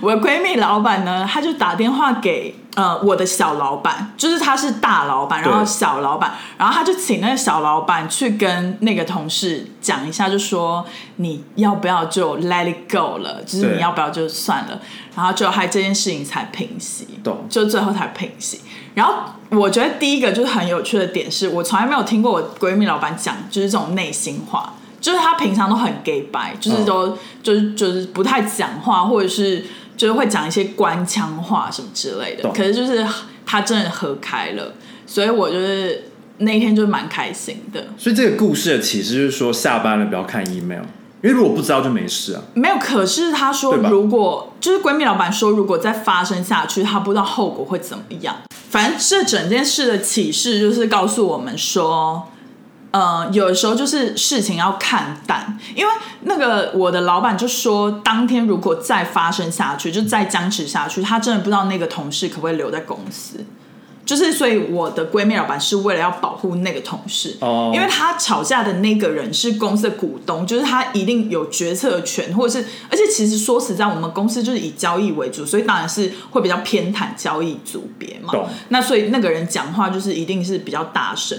S1: 我的闺蜜老板呢，她就打电话给呃我的小老板，就是他是大老板，然后
S3: 对
S1: 小老板，然后他就请那个小老板去跟那个同事讲一下，就说你要不要就 let it go 了，就是
S3: 对
S1: 你要不要就算了，然后就还这件事情才平息，
S3: 懂
S1: 就最后才平息。然后我觉得第一个就是很有趣的点是，我从来没有听过我闺蜜老板讲就是这种内心话，就是她平常都很 gay 白，就是
S3: 嗯
S1: 都、就是就是不太讲话，或者是就是会讲一些官腔话什么之类的。
S3: 懂
S1: 可是就是她真的喝开了，所以我就是那一天就是蛮开心的。
S3: 所以这个故事的启示就是说，下班了不要看 email，
S2: 因为如果不知道就没事啊。
S1: 没有，可是他说，
S2: 对吧
S1: 如果就是闺蜜老板说，如果再发生下去，他不知道后果会怎么样。反正这整件事的启示就是告诉我们说，呃，有的时候就是事情要看淡，因为那个我的老板就说，当天如果再发生下去，就再僵持下去，他真的不知道那个同事可不可以留在公司。就是，所以我的闺蜜老板是为了要保护那个同事，
S2: 哦
S1: 因为他吵架的那个人是公司的股东，就是他一定有决策权，或者是，而且其实说实在，我们公司就是以交易为主，所以当然是会比较偏袒交易组别嘛
S2: 懂。
S1: 那所以那个人讲话就是一定是比较大声。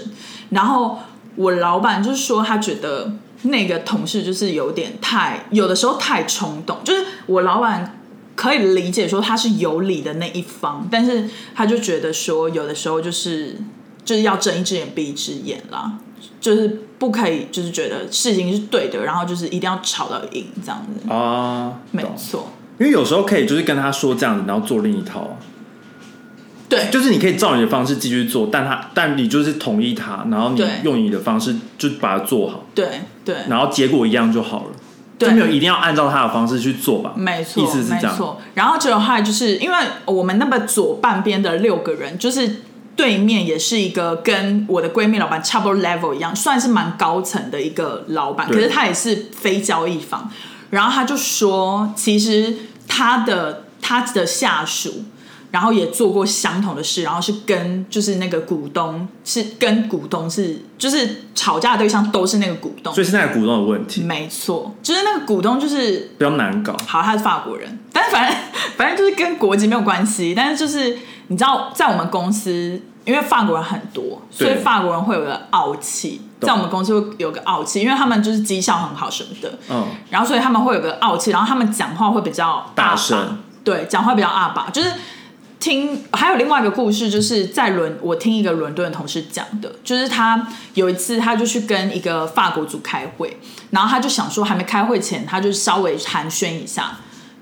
S1: 然后我老板就是说，他觉得那个同事就是有点太，有的时候太冲动，就是我老板。可以理解说他是有理的那一方，但是他就觉得说有的时候就是就是要睁一只眼闭一只眼啦，就是不可以，就是觉得事情是对的，然后就是一定要吵到赢这样子。
S2: 啊，
S1: 没
S2: 懂。
S1: 错，
S2: 因为有时候可以就是跟他说这样子，然后做另一套啊，
S1: 对，
S2: 就是你可以照你的方式继续做，但他但你就是同意他，然后你
S1: 对
S2: 用你的方式就把它做好，
S1: 对对
S2: 然后结果一样就好了，就没有
S1: 对，
S2: 一定要按照他的方式去做吧？
S1: 没错
S2: 意思是
S1: 没
S2: 这样。
S1: 错。然后结果后来就是因为我们那个左半边的六个人，就是对面也是一个跟我的闺蜜老板差不多 level 一样，算是蛮高层的一个老板，可
S2: 对
S1: 是他也是非交易方。然后他就说，其实他的他的下属。然后也做过相同的事，然后是跟就是那个股东是跟股东是就是吵架的对象都是那个股东，
S2: 所以现在股东有问题，
S1: 没错，就是那个股东就是
S2: 比较难搞。
S1: 好，他是法国人，但是反正反正就是跟国籍没有关系，但是就是你知道，在我们公司，因为法国人很多，所
S2: 对
S1: 以法国人会有个傲气，
S2: 懂
S1: 在我们公司会有个傲气，因为他们就是绩效很好什么的，
S2: 嗯，
S1: 然后所以他们会有个傲气，然后他们讲话会比较
S2: 大
S1: 阿爸
S2: 声，
S1: 对，讲话比较阿爸，就是听还有另外一个故事，就是在伦我听一个伦敦的同事讲的，就是他有一次他就去跟一个法国组开会，然后他就想说还没开会前，他就稍微寒暄一下。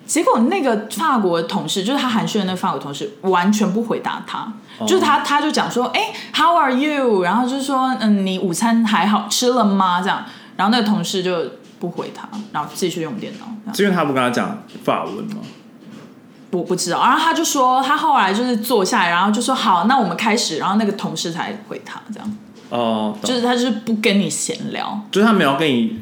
S1: 结果那个法国的同事，就是他寒暄的那个法国同事，完全不回答他，就是他他就讲说，哎、h o w are you？然后就说，嗯，你午餐还好吃了吗？这样，然后那个同事就不回他，然后继续用电脑。这样
S2: 是因为他不跟他讲法文吗？
S1: 我不知道，然后他就说，他后来就是坐下来，然后就说好，那我们开始，然后那个同事才回他，这样，
S2: 哦，懂
S1: 就是他就是不跟你闲聊，
S2: 就是他没有跟你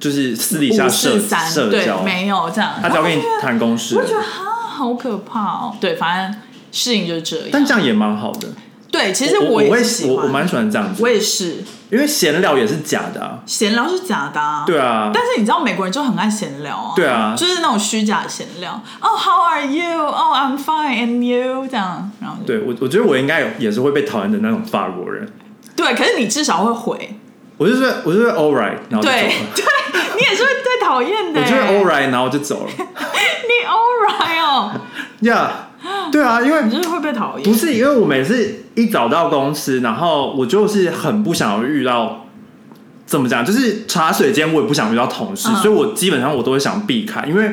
S2: 就是私底下
S1: 五
S2: 社
S1: 四三
S2: 社
S1: 对
S2: 交，，
S1: 没有这样，
S2: 他只要跟你谈公事而已，
S1: 啊，好可怕哦，对，反正事情就是这样，
S2: 但这样也蛮好的。
S1: 对，其实
S2: 我
S1: 也
S2: 会
S1: 是喜
S2: 我
S1: 欢，
S2: 我蛮喜欢这样子，
S1: 我也是
S2: 因为闲聊也是假的啊。
S1: 闲聊是假的、啊，
S2: 对啊，
S1: 但是你知道美国人就很爱闲聊啊，
S2: 对啊
S1: 就是那种虚假的闲聊，哦、h o w are you？哦、i m fine and you？这样，然后就
S2: 对我我觉得我应该有也是会被讨厌的那种法国人。
S1: 对，可是你至少会回，
S2: 我就是我就是 all right，然后就走
S1: 对
S2: 了。
S1: 对，你也是会最讨厌的。欸
S2: 我就是 all right，然后就走了。
S1: 你 all right 哦，
S2: 呀、yeah,，对啊，因为
S1: 你就是会被讨
S2: 不
S1: 厌。
S2: 是因为我每次一早到公司，然后我就是很不想要遇到，怎么讲，就是茶水间我也不想遇到同事，
S1: 嗯
S2: 所以我基本上我都会想避开，因为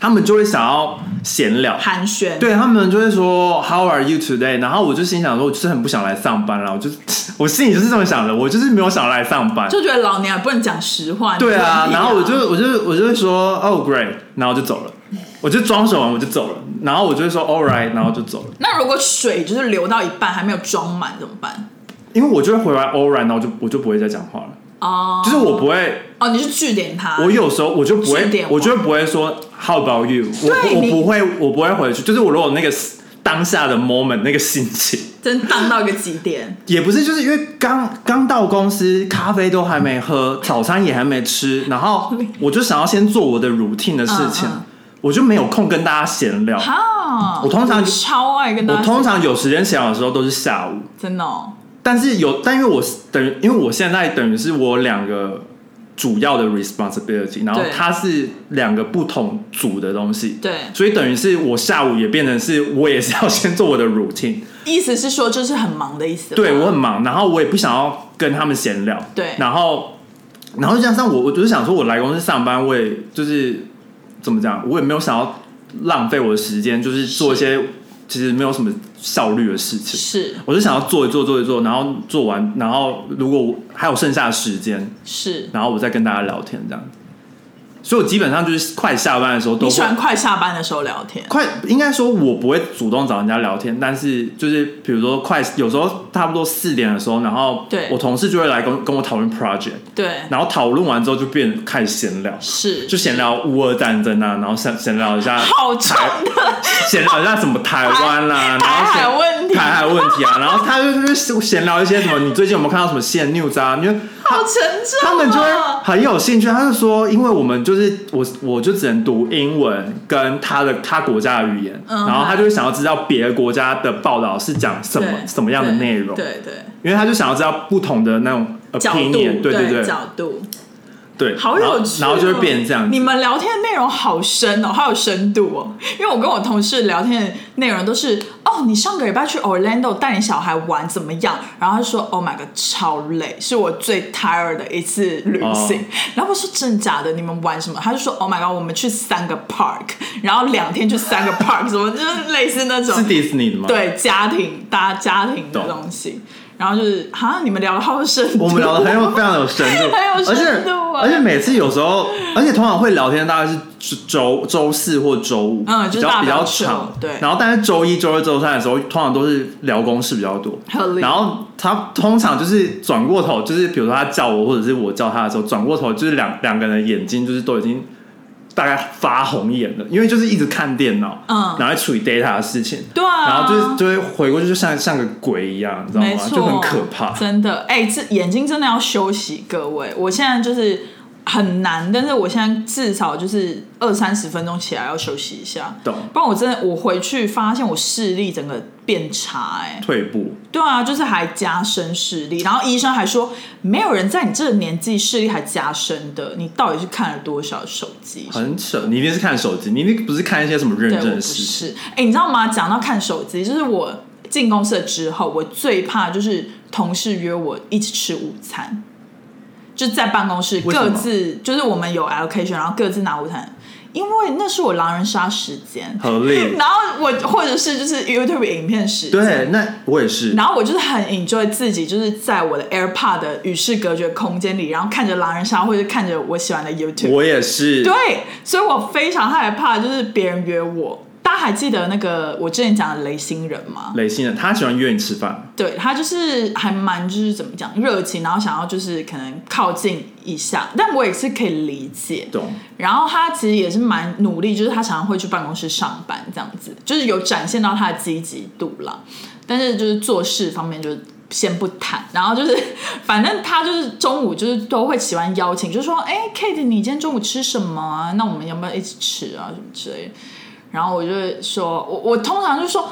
S2: 他们就会想要闲聊。
S1: 寒暄，
S2: 对他们就会说 How are you today？然后我就心想说，我就是很不想来上班了，我就是 *laughs* 我心里就是这么想的，我就是没有想来上班。
S1: 就觉得老娘也不能讲实话。
S2: 对啊，
S1: *laughs* 你
S2: 然后我
S1: 问题
S2: 就
S1: 啊
S2: 我就我就会说 Oh great，然后就走了，我就装手完我就走了，然后我就会说 All right，然后就走了。
S1: 那如果水就是流到一半还没有装满怎么办？
S2: 因为我就会回来 all right，然后我就我就不会再讲话了。
S1: 哦，
S2: 就是我不会，
S1: 哦，你是据点他，
S2: 我有时候我就不
S1: 据
S2: 会
S1: 点，王哦
S2: 我就不会说 how about you，
S1: 对
S2: 我我
S1: 你
S2: 不会，我不会回去。就是我如果那个当下的 moment 那个心情，
S1: 真荡到一个极点。
S2: 也不是就是因为刚刚到公司，咖啡都还没喝，早餐也还没
S1: *laughs*
S2: 吃，嗯然后我就想要先做我的 routine 的事情，
S1: 嗯嗯
S2: 我就没有空跟大家闲聊。
S1: 哈，
S2: 我通
S1: 啊
S2: 常
S1: 超爱跟大
S2: 我
S1: 家，
S2: 通常有时间闲聊的时候都是下午，
S1: 真的哦，
S2: 但是有，但因为我是等于，因为我现在等于是我两个主要的 responsibility，然后
S1: 对
S2: 它是两个不同组的东西，
S1: 对
S2: 所以等于是我下午也变成是我也是要先做我的 routine，
S1: 意思是说就是很忙的意思吧。
S2: 对我很忙，然后我也不想要跟他们闲聊，
S1: 对
S2: 然后然后加上我，我就是想说，我来公司上班，我也就是怎么讲，我也没有想要浪费我的时间，就是做一些其实没有什么效率的事情，
S1: 是
S2: 我就想要做一做做一做，然后做完，然后如果我还有剩下的时间，
S1: 是，
S2: 然后我再跟大家聊天这样。所以我基本上就是快下班的时候都
S1: 你
S2: 会
S1: 喜欢快下班的时候聊天？
S2: 快，应该说我不会主动找人家聊天，但是就是比如说快，有时候差不多四点的时候，然后
S1: 对
S2: 我同事就会来跟跟我讨论 project，
S1: 对，
S2: 然后讨论完之后就变开始闲聊，
S1: 是
S2: 就闲聊乌俄战争啊，然后闲闲聊一下
S1: 好重的，
S2: *laughs* 闲聊一下什么台湾啦、然
S1: 台
S2: 后
S1: 海
S2: 闲
S1: 问题
S2: 台海问题啊，然 *laughs* 后他就就是闲聊一些什么，你最近有没有看到什么线 news 啊？因为
S1: 好沉重、哦。
S2: 他们就会很有兴趣，他就说，因为我们就是我，我就只能读英文跟他的他国家的语言，
S1: 嗯
S2: 然后他就会想要知道别的国家的报道是讲什么
S1: 对
S2: 什么样的内容，
S1: 对对对，
S2: 因为他就想要知道不同的那种
S1: 角度
S2: opinion，对对对
S1: 角度，
S2: 对，
S1: 好
S2: 然后
S1: 有趣、哦
S2: 然后就会变成这样
S1: 你
S2: 子，
S1: 们聊天的内容好深哦，好有深度哦。因为我跟我同事聊天的内容都是，哦，你上个礼拜去 Orlando 带你小孩玩怎么样？然后他说，Oh my god，超累，是我最 tired 的一次旅行。
S2: 哦
S1: 然后我说真的假的？你们玩什么？他就说，Oh my god，我们去三个 park，然后两天去
S2: *laughs*
S1: 三个 park，怎么就是类似那种
S2: 是迪士尼的吗？，
S1: 对家庭大家家庭的
S2: 懂
S1: 东西。然后就是，哈，你们聊的好深度，
S2: *laughs* 我们聊的很
S1: *laughs*
S2: 有非常有深度，
S1: 很有
S2: 而
S1: 深
S2: 且
S1: 度啊
S2: 而且每次有时候，而且通常会聊天大概是周周周四或周五，
S1: 嗯就是
S2: 比较
S1: 大
S2: 比
S1: 聊
S2: 较
S1: 天
S2: 长，
S1: 对
S2: 然后但是周一、周二、周三的时候，通常都是聊公事比较
S1: *laughs*
S2: 多，
S1: 合理
S2: 然后他通常就是转过头，就是比如说他叫我，或者是我叫他的时候，转过头就是两两个人的眼睛就是都已经。大概发红眼了，因为就是一直看电脑，
S1: 嗯
S2: 然后在处理 data 的事情，
S1: 对啊，
S2: 然后就是就会回过去，就像像个鬼一样，你知道
S1: 没
S2: 吗？
S1: 错，
S2: 就很可怕。
S1: 真的，哎、这眼睛真的要休息，各位。我现在就是很难，但是我现在至少就是二三十分钟起来要休息一下，
S2: 懂
S1: 不然我真的我回去发现我视力整个变差、哎，
S2: 退步，
S1: 对啊，就是还加深视力，然后医生还说没有人在你这个年纪视力还加深的，你到底是看了多少手机？
S2: 很扯，你一定是看手机，你一定不是看一些什么认
S1: 对，我
S2: 真
S1: 不
S2: 的事情。
S1: 是。哎、你知道吗？讲到看手机，就是我进公司了之后，我最怕就是同事约我一起吃午餐，就在办公室
S2: 为什么
S1: 各自，就是我们有 allocation，然后各自拿午餐，因为那是我狼人杀时间。
S2: 合力，
S1: 然后我或者是就是 YouTube 影片时间，
S2: 对，那我也是，
S1: 然后我就是很 enjoy 自己，就是在我的 AirPod 的与世隔绝空间里，然后看着狼人杀，或者是看着我喜欢的 YouTube。
S2: 我也是，
S1: 对，啊所以我非常害怕，就是别人约我。大家还记得那个我之前讲的雷星人吗？
S2: 雷星人，他喜欢约你吃饭，
S1: 对他就是还蛮就是怎么讲热情，然后想要就是可能靠近一下，但我也是可以理解。
S2: 懂？
S1: 然后他其实也是蛮努力，就是他常常会去办公室上班这样子，就是有展现到他的积极度啦。但是就是做事方面就是先不谈，然后就是反正他就是中午就是都会喜欢邀请，就说哎，Kate，你今天中午吃什么啊？那我们要不要一起吃啊？什么之类的。然后我就会说，我我通常就说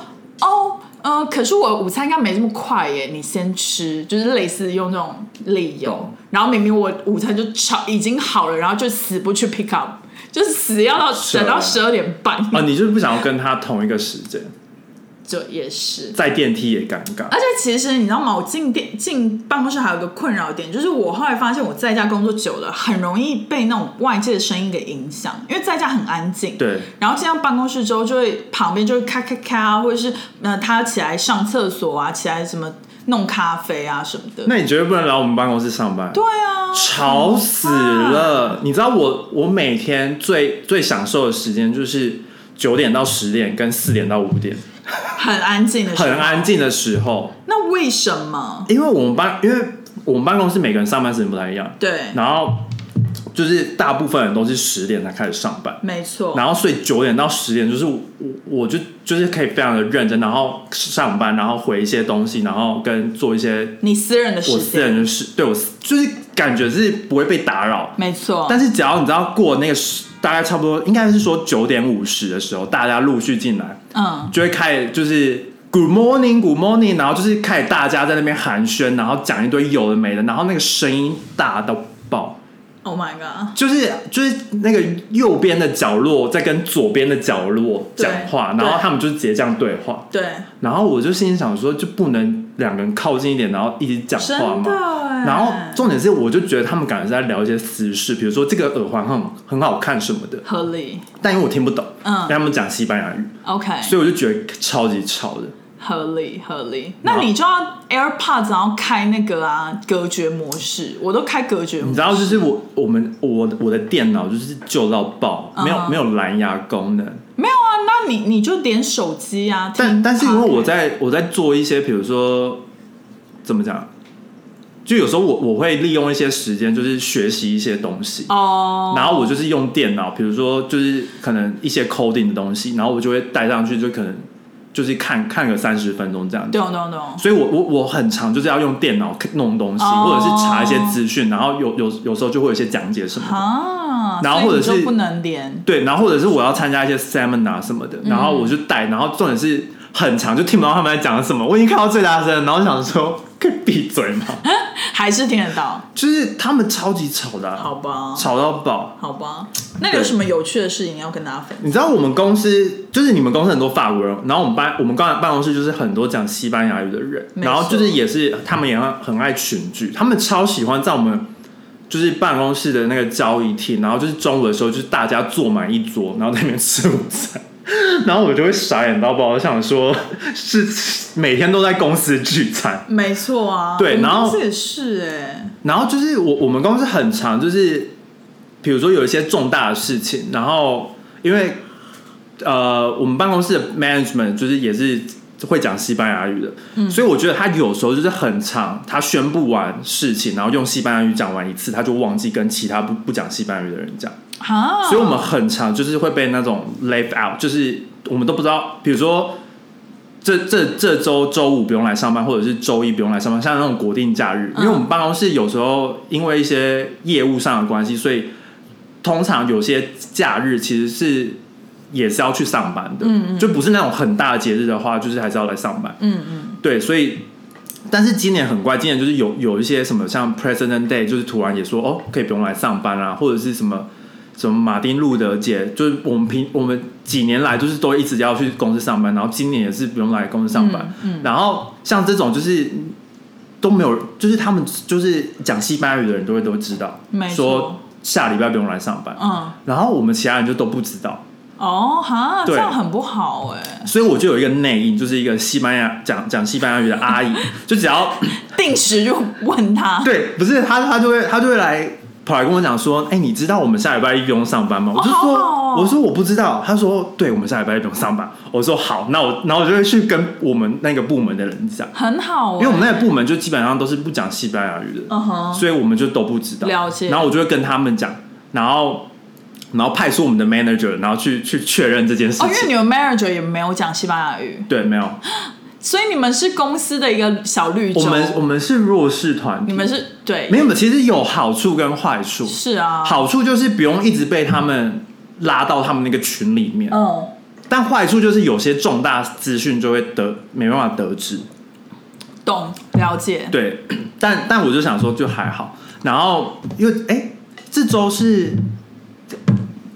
S1: 哦。呃，可是我午餐应该没这么快耶，你先吃，就是类似用这种理由
S2: 懂。
S1: 然后明明我午餐就炒已经好了，然后就死不去 pick up，就是死要到
S2: 是
S1: 等到十二点半。 *laughs*
S2: 啊，你就是不想要跟他同一个时
S1: 啊
S2: 间，
S1: 这、也是，
S2: 在电梯也尴尬
S1: 而，且其实你知道吗？我进电进办公室还有一个困扰点，就是我后来发现我在家工作久了，很容易被那种外界的声音给影响，因为在家很安静。。
S2: 对，
S1: 然后进到办公室之后，就会旁边就会咔咔咔啊，或者是呃他起来上厕所啊，起来什么弄咖啡啊什么的。
S2: 那你绝对不能来我们办公室上班，
S1: 对啊，
S2: 吵死了！你知道我我每天最最享受的时间就是九点到十点跟四点到五点，
S1: 很安静的，
S2: 很安。静的时候，
S1: 那为什么？
S2: 因为我们班，因为我们办公室每个人上班时间不太一样，
S1: 对，
S2: 然后就是大部分人都是十点才开始上班，
S1: 没错。
S2: 然后所以九点到十点就是我我就就是可以非常的认真，然后上班，然后回一些东西，然后跟做一些
S1: 你私人的
S2: 我
S1: 时
S2: 私
S1: 间，
S2: 人的事，对我私就是感觉是不会被打扰。
S1: 没错。
S2: 但是只要你知道过那个时大概差不多应该是说九点五十的时候，大家陆续进来，
S1: 嗯，
S2: 就会开始就是 Good morning, Good morning，然后就是开始大家在那边寒暄，然后讲一堆有的没的，然后那个声音大到爆，
S1: ，Oh my god，
S2: 就是就是那个右边的角落在跟左边的角落
S1: 对
S2: 讲话，然后
S1: 对
S2: 他们就直接这样对话，
S1: 对，
S2: 然后我就心里想说，就不能两个人靠近一点，然后一直讲话
S1: 真的
S2: 吗？
S1: 哎。
S2: 然后重点是，我就觉得他们感觉是在聊一些私事，比如说这个耳环很很好看什么的，
S1: 合理
S2: 但因为我听不懂，
S1: 嗯
S2: 因为他们讲西班牙语，
S1: ，OK，
S2: 所以我就觉得超级吵的。
S1: 合理合理。那你就要 AirPods，然后开那个啊隔绝模式，我都开隔绝模式。
S2: 你知道，就是我我们我我的电脑就是旧到爆，没
S1: 嗯
S2: 有没有蓝牙功能。
S1: 没有啊？那你你就点手机啊。
S2: 但
S1: 听
S2: 但是因为我
S1: podcast
S2: 在我在做一些，比如说怎么讲，就有时候我我会利用一些时间，就是学习一些东西。
S1: 哦，
S2: 然后我就是用电脑，比如说就是可能一些 coding 的东西，然后我就会带上去，就可能就是看看个三十分钟这样子。
S1: 懂懂懂。
S2: 所以我我我很常就是要用电脑弄东西，
S1: 哦
S2: 或者是查一些资讯，然后有有有时候就会有一些讲解什么的。
S1: 啊，
S2: 然后
S1: 所以
S2: 或者
S1: 你就是不能连
S2: 对，然后或者是我要参加一些 seminar 什么的，
S1: 嗯
S2: 然后我就带，然后重点是很长，就听不到他们在讲什么，我已经看到最大声，然后想说 *laughs* 可以闭嘴
S1: *laughs*
S2: 吗？
S1: 还是听得
S2: 啊
S1: 到，
S2: 就是他们超级吵的啊、
S1: 好吧？
S2: 吵到爆。
S1: 好吧，那有什么有趣的事情要跟大家分享？
S2: 你知道我们公司就是你们公司很多法国人，然后我们办我们办办公室就是很多讲西班牙语的人，
S1: 没错
S2: 然后就是也是他们也很爱群聚，他们超喜欢在我们就是办公室的那个交易厅，然后就是中午的时候就是大家坐满一桌，然后在那边吃午餐， *laughs* 然后我就会傻眼到爆，我想说是每天都在公司聚餐，
S1: 没错啊，
S2: 对
S1: 我们
S2: 然后
S1: 公司也是哎、
S2: 然后就是我我们公司很常就是，比如说有一些重大的事情，然后因为呃我们办公室的 management 就是也是会讲西班牙语的，所以我觉得他有时候就是很长，他宣布完事情，然后用西班牙语讲完一次，他就忘记跟其他不不讲西班牙语的人讲，
S1: 啊，
S2: 所以我们很常就是会被那种 left out，就是我们都不知道，比如说。这这这周周五不用来上班，或者是周一不用来上班，像那种国定假日，
S1: 嗯
S2: 因为我们办公室有时候因为一些业务上的关系，所以通常有些假日其实是也是要去上班的，
S1: 嗯嗯
S2: 就不是那种很大的节日的话，就是还是要来上班。
S1: 嗯嗯，
S2: 对，所以但是今年很怪，今年就是有有一些什么像 President Day，就是突然也说哦，可以不用来上班啊，或者是什么什么马丁路德节，就是我们平我们几年来就是都一直要去公司上班，然后今年也是不用来公司上班，
S1: 嗯嗯
S2: 然后像这种就是。都没有，就是他们就是讲西班牙语的人都会都知道
S1: 没，错
S2: 说下礼拜不用来上班，
S1: 嗯
S2: 然后我们其他人就都不知道，
S1: 哦哈，这
S2: 对
S1: 样很不好哎、
S2: 所以我就有一个内应，就是一个西班牙讲讲西班牙语的阿姨，就只要
S1: 定时就问他，
S2: *laughs* 对，不是他，他就会他就会来跑来跟我讲说，哎、你知道我们下礼拜一不用上班吗？我就说，
S1: 好好哦
S2: 我说我不知道。他说，对，我们下礼拜一不用上班。我说好，那我然后我就会去跟我们那个部门的人讲，
S1: 很好、欸，
S2: 因为我们那个部门就基本上都是不讲西班牙语的，
S1: 嗯哼，
S2: 所以我们就都不知道。
S1: 了解
S2: 然后我就会跟他们讲，然后然后派出我们的 manager，然后去去确认这件事
S1: 哦，因为
S2: 情。
S1: 你们 manager 也没有讲西班牙语，
S2: 对，没有，
S1: 所以你们是公司的一个小绿洲，
S2: 我们我们是弱势团
S1: 哦你
S2: 体，
S1: 们是对，
S2: 没有，其实有好处跟坏处。
S1: 是啊，，
S2: 好处就是不用一直被他们拉到他们那个群里面，
S1: 嗯，
S2: 但坏处就是有些重大资讯就会得没办法得知。
S1: 懂了解，
S2: 对， *clears throat* 但但我就想说就还好。然后因为哎、这周是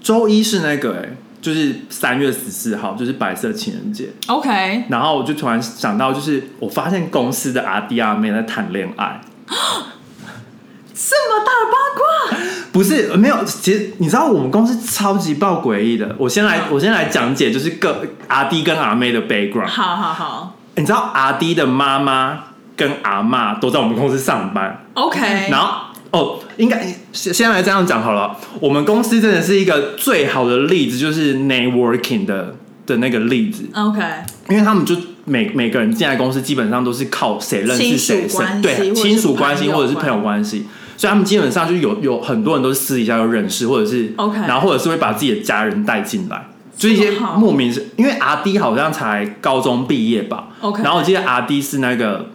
S2: 周一是那个哎、就是三月十四号，就是白色情人节。
S1: ，OK，
S2: 然后我就突然想到，就是我发现公司的阿弟阿妹在谈恋爱，
S1: 这么大的八卦，
S2: 不是没有，其实你知道我们公司超级爆诡异的。我先来，我先来讲解，就是各阿弟跟阿妹的 background。
S1: 好好好
S2: 你知道阿弟的妈妈跟阿妈都在我们公司上班，
S1: ，OK，
S2: 然后哦，应该先先来这样讲好了。我们公司真的是一个最好的例子，就是 networking 的的那个例子，
S1: OK，
S2: 因为他们就每每个人进来公司，基本上都是靠谁认识谁，
S1: 亲属关系或
S2: 谁
S1: 者是
S2: 对亲属关系
S1: 朋友
S2: 或者是朋友关系，所以他们基本上就有有很多人都是私底下就认识，或者是
S1: OK
S2: 然后或者是会把自己的家人带进来，就一些
S1: 这么好
S2: 莫名是，因为阿迪好像才高中毕业吧
S1: OK
S2: 然后我记得阿迪是那个。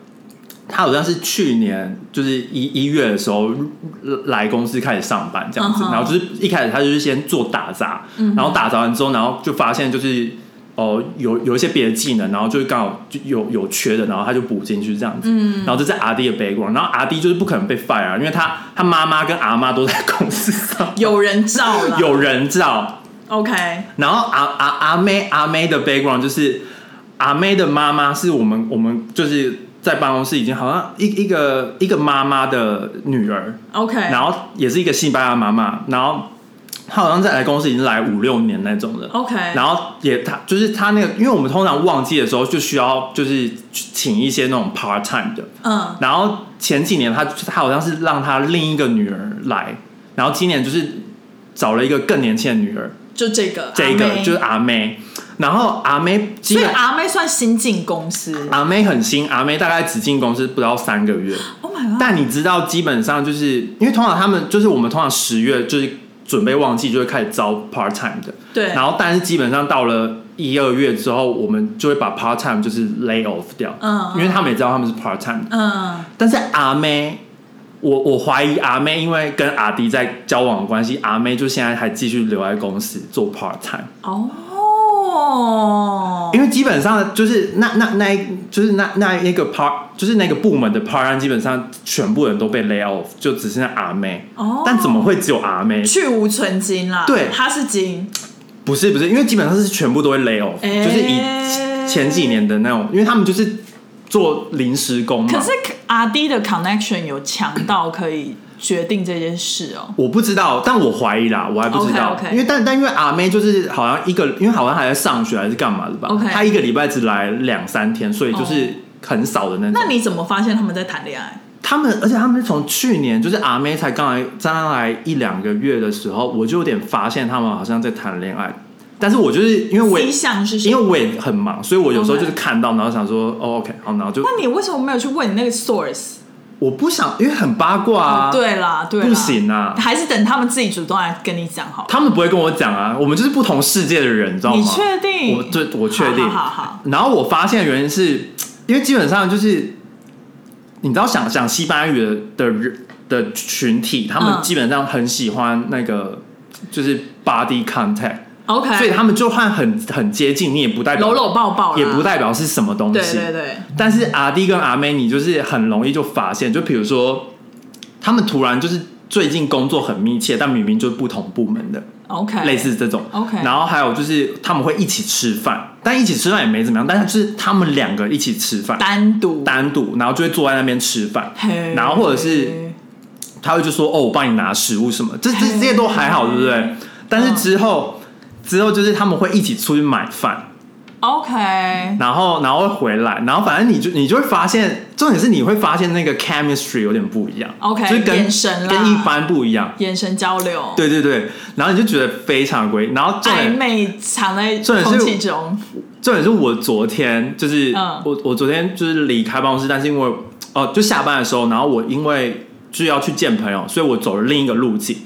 S2: 他好像是去年就是一一月的时候来公司开始上班这样子
S1: 嗯哼
S2: 然后就是一开始他就是先做打杂然后打杂完之后，然后就发现就是哦、有有一些别的技能，然后就是刚好就有有缺的，然后他就补进去这样子。嗯，然后这是阿弟的 background，然后阿弟就是不可能被 fire，啊因为他他妈妈跟阿妈都在公司上， *laughs*
S1: 有人照了，
S2: 有人照。
S1: OK，
S2: 然后阿阿阿妹阿妹的 background 就是阿妹的妈妈是我们我们就是在办公室已经好像一一个一个妈妈的女儿，
S1: OK，
S2: 然后也是一个西班牙妈妈，然后他好像在来公司已经来五六年那种的。
S1: OK，
S2: 然后也他就是他那个，因为我们通常旺季的时候就需要就是请一些那种 part time 的，
S1: 嗯，
S2: 然后前几年他他好像是让他另一个女儿来，然后今年就是找了一个更年轻的女儿，
S1: 就这个
S2: 这一
S1: 阿
S2: 个
S1: 妹
S2: 就是阿啊妹，然后阿妹基
S1: 所以
S2: 本
S1: 阿妹算新进公司。
S2: 阿妹很新，阿妹大概只进公司不到三个月，
S1: Oh my god！
S2: 但你知道基本上就是因为通常他们就是我们通常十月就是准备旺季就会开始招 part time 的，
S1: 对，
S2: 然后但是基本上到了一二月之后，我们就会把 part time 就是 lay off 掉，
S1: 嗯嗯
S2: 因为他们也知道他们是 part time 的
S1: 嗯，
S2: 但是阿妹，我我怀疑阿妹，因为跟阿迪在交往的关系，阿妹就现在还继续留在公司做 part time，、
S1: 哦，
S2: 因为基本上就是那那那一就是那那一个 part 就是那个部门的 part time，基本上全部人都被 lay off，就只剩下阿妹。
S1: 哦
S2: 但怎么会只有阿妹？
S1: 去无存金啦？
S2: 对
S1: 它是金，
S2: 不是不是，因为基本上是全部都会 lay off，、
S1: 哎
S2: 就是以前前几年的那种，因为他们就是做临时工嘛。
S1: 可是阿 D 的 connection 有强到可以决定这件事哦。
S2: 我不知道，但我怀疑啦，我还不知道
S1: OK，OK
S2: 因为但但因为阿妹就是好像一个，因为好像还在上学还是干嘛的吧
S1: OK 哦
S2: 她一个礼拜只来两三天，所以就是很少的那种。
S1: 那你怎么发现他们在谈恋爱？
S2: 他们，而且他们从去年就是阿妹才刚来刚来一两个月的时候，我就有点发现他们好像在谈恋爱，但是我就是因为我也
S1: 理想是什
S2: 因为
S1: 么？
S2: 我也很忙，所以我有时候
S1: 哦 OK
S2: 就是看到，然后想说哦 OK 好，然后就
S1: 那你为什么没有去问你那个 source？
S2: 我不想，因为很八卦啊，
S1: 哦，对啦，对啦，
S2: 不行啊
S1: 还是等他们自己主动来跟你讲好了。
S2: 他们不会跟我讲啊，我们就是不同世界的人，你知道吗？
S1: 你确定
S2: 我对，我确定。
S1: 好好好
S2: 然后我发现的原因是，因为基本上就是，你知道想讲西班牙语的的人的群体，他们
S1: 嗯
S2: 基本上很喜欢那个就是 body contact，、
S1: 好，OK，
S2: 所以他们就算很很接近，你也不代表
S1: 哎搂搂抱抱啦，
S2: 也不代表是什么东西。
S1: 对对对，
S2: 但是阿弟跟阿妹，你就是很容易就发现，就比如说他们突然就是最近工作很密切，但明明就是不同部门的。
S1: OK，
S2: 类似这种。
S1: 哎 OK
S2: 然后还有就是他们会一起吃饭，但一起吃饭也没怎么样，但是就是他们两个一起吃饭，
S1: 单独，
S2: 单独，然后就会坐在那边吃饭
S1: 嘿，
S2: 然后或者是他会就说哦，我帮你拿食物什么，这这
S1: 嘿嗯
S2: 这些都还好，对不对？但是之后。之后就是他们会一起出去买饭，
S1: OK，
S2: 然后然后会回来，然后反正你就你就会发现，重点是你会发现那个 chemistry 有点不一样
S1: OK，
S2: 就是跟
S1: 眼神啦
S2: 跟一般不一样，
S1: 眼神交流，，
S2: 对对对，然后你就觉得非常规，然后重点
S1: 暧昧藏在
S2: 重点是
S1: 空气中，
S2: 重点是我昨天就是、
S1: 嗯
S2: 我我昨天就是离开办公室，但是因为哦、就下班的时候，然后我因为就要去见朋友，所以我走了另一个路径，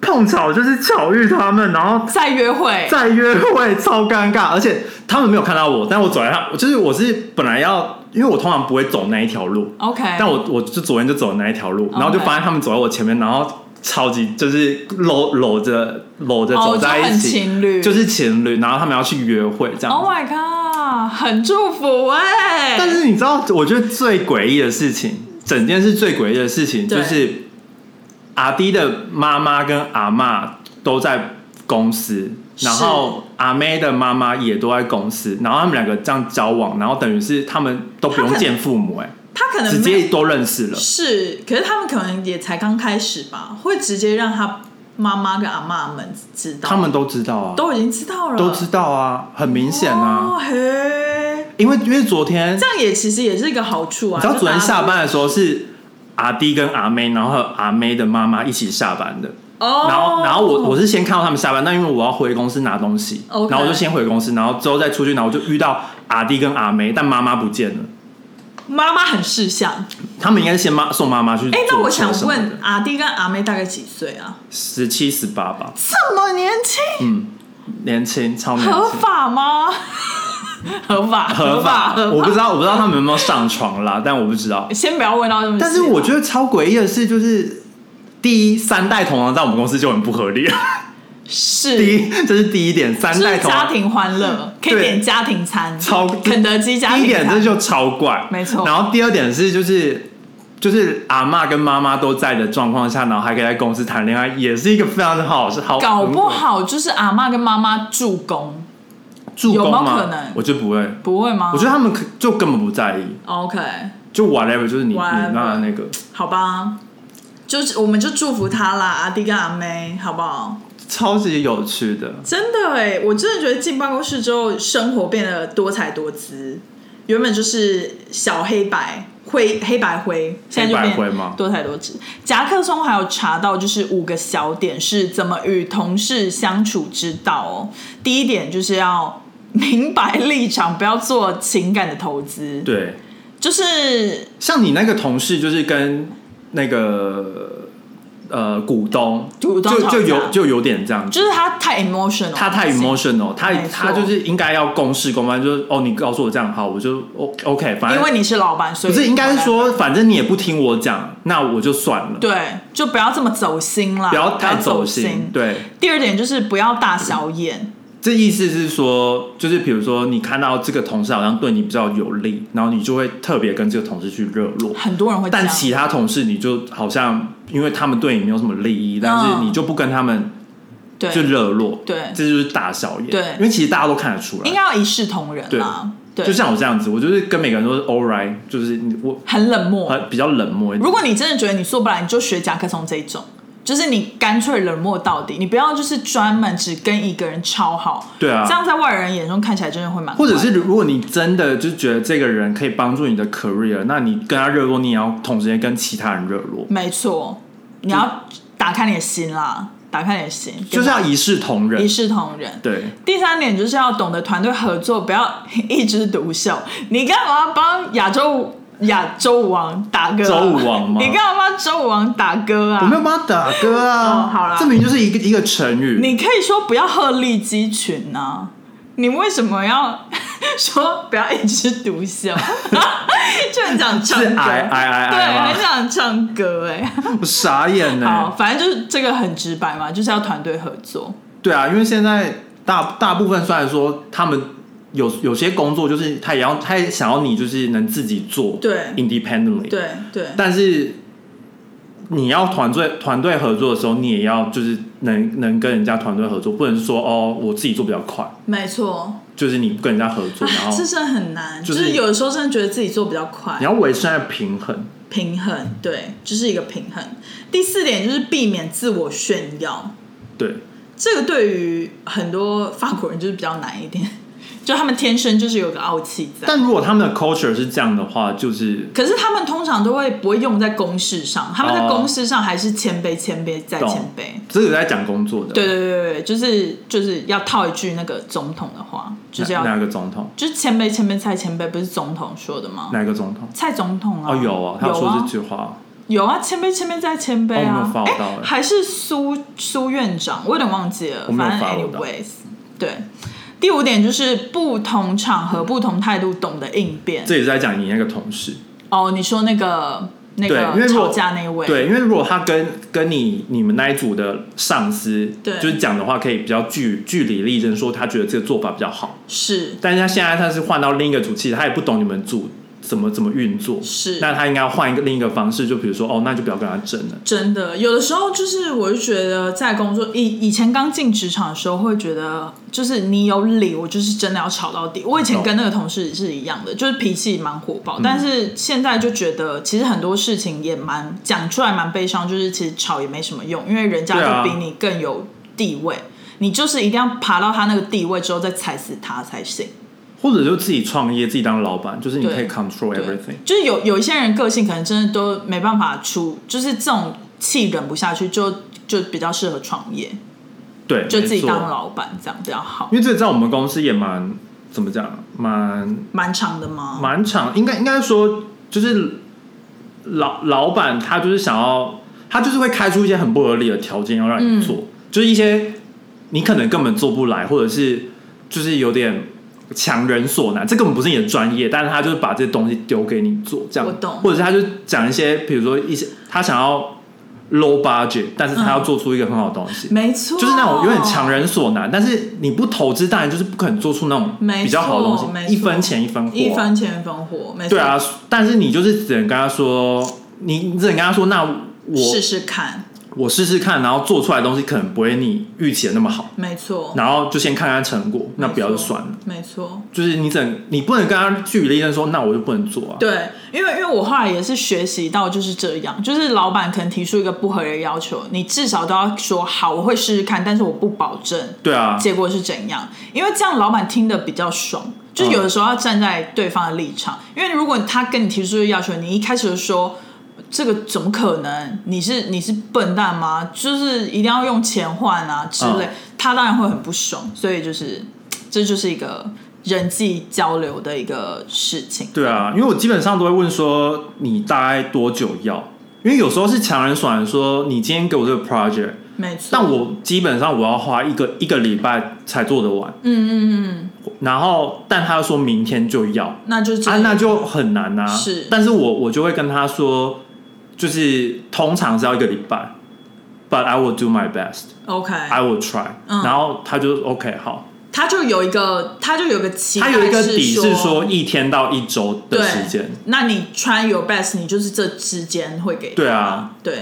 S2: 碰巧就是巧遇他们，然后
S1: 在约会，
S2: 再约会，超尴尬，而且他们没有看到我，但我走在他，就是我是本来要，因为我通常不会走那一条路，
S1: OK，
S2: 但我我就昨天就走那一条路，
S1: 哦
S2: 然
S1: 哎
S2: 后就发现他们走在我前面，然后超级就是搂搂着搂着
S1: 哦
S2: 走在
S1: 就
S2: 一
S1: 很
S2: 起，
S1: 情侣
S2: 就是情侣，然后他们要去约会这样子
S1: Oh my God，很祝福哎、
S2: 但是你知道，我觉得最诡异的事情，整件事最诡异的事情
S1: 对
S2: 就是阿迪的妈妈跟阿嬷都在公司，
S1: 是
S2: 然后阿妹的妈妈也都在公司，然后他们两个这样交往，然后等于是他们都不
S1: 他
S2: 用
S1: 可
S2: 见父母、欸，
S1: 他可
S2: 哎，
S1: 能
S2: 直
S1: 没
S2: 接都认识了。
S1: 是，可是他们可能也才刚开始吧，会直接让他妈妈跟阿妈们知道，
S2: 他们都知道啊，
S1: 都已经知道了，
S2: 都知道啊，很明显啊，
S1: 哦嘿，
S2: 因为因为昨天
S1: 这样也其实也是一个好处啊。
S2: 你知道
S1: 就
S2: 昨天
S1: 大家
S2: 下班的时候是阿弟跟阿妹，然后还有阿妹的妈妈一起下班的。
S1: 哦，
S2: 然后，然后我我是先看到他们下班，但因为我要回公司拿东西
S1: OK
S2: 然后我就先回公司，然后之后再出去，然后我就遇到阿弟跟阿梅，但妈妈不见了。
S1: 妈妈很识相。
S2: 他们应该是先妈送妈妈去。
S1: 哎、那我想问，阿弟跟阿妹大概几岁啊？
S2: 十七十八吧，
S1: 这么年轻，
S2: 年轻，超年轻，
S1: 合法吗？ *laughs* 合法，
S2: 合
S1: 法，
S2: 法
S1: 合
S2: 我不知道，我不知道他们有没有上床啦，但我不知道。
S1: 先不要问到这么细啊。
S2: 但是我觉得超诡异的是，就是第一，三代同堂在我们公司就很不合理。 *laughs*
S1: 是
S2: 第一，这是第一点，三
S1: 就是
S2: 代同
S1: 家
S2: 堂。
S1: 庭欢乐，可以
S2: 啊嗯对
S1: 点家庭餐，
S2: 超
S1: *laughs* 肯德基家
S2: 第一
S1: 庭
S2: 点这
S1: 餐。
S2: 就超怪，
S1: 没错
S2: 然后第二点是就是就是阿嬷跟妈妈都在的状况下，然后还可以在公司谈恋爱，也是一个非常好是好
S1: 搞不好就是阿妈跟妈妈助攻，
S2: 助攻
S1: 有没有
S2: 吗？
S1: 可能啊
S2: 我就不会，
S1: 不会吗？
S2: 我觉得他们可就根本不在意，
S1: OK，
S2: 就 whatever，就是你你
S1: Whatever
S2: 那那个
S1: 好吧，就是我们就祝福他啦，阿弟跟阿妹，好不好？
S2: 超级有趣的。
S1: 真的哎、我真的觉得进办公室之后，生活变得多彩多姿。原本就是小黑白灰黑白灰，现在就
S2: 黑白灰
S1: 变
S2: 吗
S1: 多彩多姿。夹克松还有查到就是五个小点是怎么与同事相处之道哦。第一点就是要明白立场，不要做情感的投资。
S2: 对，
S1: 就是
S2: 像你那个同事，就是跟那个呃股东，
S1: 股东
S2: 就
S1: 吵
S2: 就
S1: 架
S2: 有就有点这样子。
S1: 就是哦他太 emotional，
S2: 他太 emotional，他
S1: 没错
S2: 他就是应该要公事公办，就是哦，你告诉我这样好，我就 O OK，反
S1: 因
S2: 正
S1: 为你是老板，所以
S2: 哎不是应该是
S1: 是
S2: 说，反正你也不听我讲，那我就算了，
S1: 对，就不要这么走心啦，
S2: 不要太
S1: 走
S2: 走心。对，
S1: 第二点就是不要大小眼，
S2: 这意思是说，就是比如说你看到这个同事好像对你比较有利，然后你就会特别跟这个同事去热络，
S1: 很多人会这样
S2: 但其他同事你就好像因为他们对你没有什么利益，但是你就不跟他们
S1: 嗯对
S2: 就热络，
S1: 对
S2: 这就是大小眼，
S1: 对
S2: 因为其实大家都看得出来
S1: 应，该要一视同仁啦，对，
S2: 就像我这样子，我就是跟每个人都是 all right，就是你我
S1: 很冷漠。
S2: 很比较冷漠一点
S1: 如。果你真的觉得你做不来，你就学夹克松这一种，就是你干脆冷漠到底，你不要就是专门只跟一个人超好，
S2: 对啊
S1: 这样在外人眼中看起来真的会蛮怪
S2: 或
S1: 的，
S2: 者是如果你真的就觉得这个人可以帮助你的 career，那你跟他热络，你也要同时间跟其他人热络，
S1: 没错，你要打开你的心啦，打开你的心，
S2: 就是要一视同
S1: 一
S2: 仁。
S1: 视同仁。
S2: 对，
S1: 第三点就是要懂得团队合作，不要 *laughs* 一枝独秀。你干嘛要帮亚洲亚洲舞王打歌、啊？
S2: 周舞王吗
S1: 你干嘛帮周舞王打歌
S2: 我没
S1: 啊？
S2: 有帮他打歌啊，
S1: 哦好啦
S2: 这明明就是一个一个成语。
S1: 你可以说不要鹤立鸡群啊！你为什么要 *laughs* 说不要一枝独秀？ *laughs* 就很想唱歌，
S2: 是哎哎哎哎
S1: 对，
S2: 吗
S1: 很想唱歌哎、
S2: *laughs* 我傻眼欸呢、
S1: 好，反正就是这个很直白嘛，就是要团队合作。
S2: 对啊，因为现在大大部分虽然说他们有有些工作就是他也要他也想要你就是能自己做，
S1: 对
S2: ，independently，，
S1: 对对
S2: 但是你要团队团队合作的时候，你也要就是能能跟人家团队合作，不能说哦我自己做比较快，
S1: 没错。
S2: 就是你不跟人家合作，然后
S1: *laughs* 这真的很难，就、
S2: 就是是
S1: 有的时候真的觉得自己做比较快
S2: 你，要维持那个平衡。
S1: 平衡对，就是一个平衡。第四点就是避免自我炫耀，
S2: 对，
S1: 这个对于很多法国人就是比较难一点， *laughs* 就他们天生就是有个傲气在。
S2: 但如果他们的 culture 是这样的话，就是
S1: 可是他们通常都会不会用在公事上，他们在
S2: 哦
S1: 公事上还是谦卑、谦卑再
S2: 懂
S1: 谦卑。
S2: 这个在讲工作的，
S1: 对对对对对，就是就是要套一句那个总统的话，就是
S2: 哪
S1: 要哦
S2: 哪个总统？
S1: 就是谦卑、谦卑再谦卑，不是总统说的吗？
S2: 哪个总统？
S1: 蔡总统啊，
S2: 哦，有啊，他有
S1: 有
S2: 说
S1: 啊
S2: 这句话，
S1: 有啊，谦卑谦卑再谦卑
S2: 哦我没
S1: 啊
S2: 有！follow
S1: 诶
S2: 到欸
S1: 还是苏苏院长，我有点忘记了。
S2: 我没有
S1: 反正
S2: follow 到
S1: anyways，对。第五点就是不同场合、不同态度懂得应变。
S2: 这也是在讲你那个同事。
S1: 哦，你说那个那
S2: 对，因为
S1: 个
S2: 如
S1: 吵
S2: 果
S1: 架那位，
S2: 对，因为如果他跟跟你你们那一组的上司，
S1: 对
S2: 就是讲的话，可以比较据据理力争，说他觉得这个做法比较好。
S1: 是
S2: 但是他现在他是换到另一个组，其实他也不懂你们组怎么怎么运作，
S1: 是
S2: 那他应该换一个另一个方式，就比如说哦，那就不要跟他争了。
S1: 真的。有的时候就是，我就觉得在工作以以前刚进职场的时候，会觉得就是你有理，我就是真的要吵到底。我以前
S2: 懂
S1: 跟那个同事是一样的，就是脾气蛮火爆，
S2: 嗯
S1: 但是现在就觉得其实很多事情也蛮讲出来蛮悲伤，就是其实吵也没什么用，因为人
S2: 对
S1: 家
S2: 啊
S1: 就比你更有地位，你就是一定要爬到他那个地位之后再踩死他才行。
S2: 或者就自己创业，自己当老板，就是你
S1: 对
S2: 可以 control
S1: 对
S2: everything。
S1: 就是有有一些人个性可能真的都没办法出，就是这种气忍不下去就，就比较适合创业，
S2: 对，
S1: 就自己
S2: 没错
S1: 当。老板这样比较好
S2: 因。为这个在我们公司也蛮怎么讲，蛮
S1: 蛮长的吗？
S2: 蛮长，应该应该说就是老老板他就是想要，他就是会开出一些很不合理的条件要让你
S1: 嗯
S2: 做，就是一些你可能根本做不来，或者是就是有点强人所难，这根本不是你的专业，但是他就是把这东西丢给你做，这样
S1: 我懂
S2: 或者是他就讲一些，比如说一些他想要 low budget，但是他要做出一个很好的东西。
S1: 没错，
S2: 就是那种有点强。人所难，但是你不投资，当然就是不可能做出那种
S1: 没
S2: 比较好的
S1: 错
S2: 东
S1: 没
S2: 西，
S1: 错
S2: 一分钱一分货啊，
S1: 一分钱一分货，没错。
S2: 对啊，，但是你就是只能跟他说，你你只能跟他说，那我
S1: 试试看。
S2: 我试试看，然后做出来的东西可能不会你预期的那么好，
S1: 没错，
S2: 然后就先看看成果，那
S1: 没错
S2: 不要就算了。
S1: 没错。
S2: 就是你整，你不能跟他据理力争说，那我就不能做啊。
S1: 对，因为因为我后来也是学习到就是这样，就是老板可能提出一个不合理的要求，你至少都要说好，我会试试看，但是我不保证
S2: 对啊，
S1: 结果是怎样，因为这样老板听得比较爽。就是有的时候要站在对方的立场，因为如果他跟你提出的要求，你一开始就说这个怎么可能？你是你是笨蛋吗？就是一定要用钱换啊之类，
S2: 嗯
S1: 他当然会很不爽。所以就是这就是一个人际交流的一个事情。
S2: 对啊，因为我基本上都会问说你大概多久要，因为有时候是强人所难，说你今天给我这个 project，
S1: 没错。
S2: 但我基本上我要花一个一个礼拜才做得完，
S1: 嗯嗯嗯，
S2: 然后但他又说明天就要，啊，
S1: 那就这样
S2: 那就很难呐、啊。
S1: 是
S2: 但是我我就会跟他说，就是通常是要一个礼拜，but I will do my best，I
S1: OK。
S2: will try，、
S1: 嗯
S2: 然后他就 OK 好，
S1: 他就有一个，他就有个期待，
S2: 他有一个底
S1: 是
S2: 是说一天到一周的时间，
S1: 那你穿 your best，你就是这之间会给他
S2: 对啊，
S1: 对。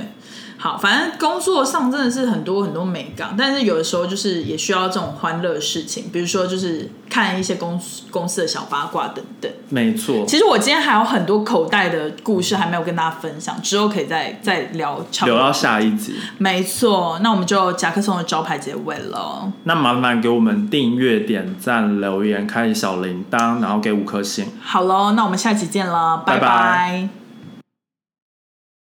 S1: 好，反正工作上真的是很多很多美感，但是有的时候就是也需要这种欢乐的事情，比如说就是看一些公司公司的小八卦等等。
S2: 没错。
S1: 其实我今天还有很多口袋的故事还没有跟大家分享，之后可以再再聊差不
S2: 留到
S1: 多。
S2: 下一集。
S1: 没错，那我们就夹克松的招牌结尾了。
S2: 那麻烦给我们订阅、点赞、留言、开小铃铛，然后给五颗星。
S1: 好喽，那我们下期见了，拜
S2: 拜拜
S1: 拜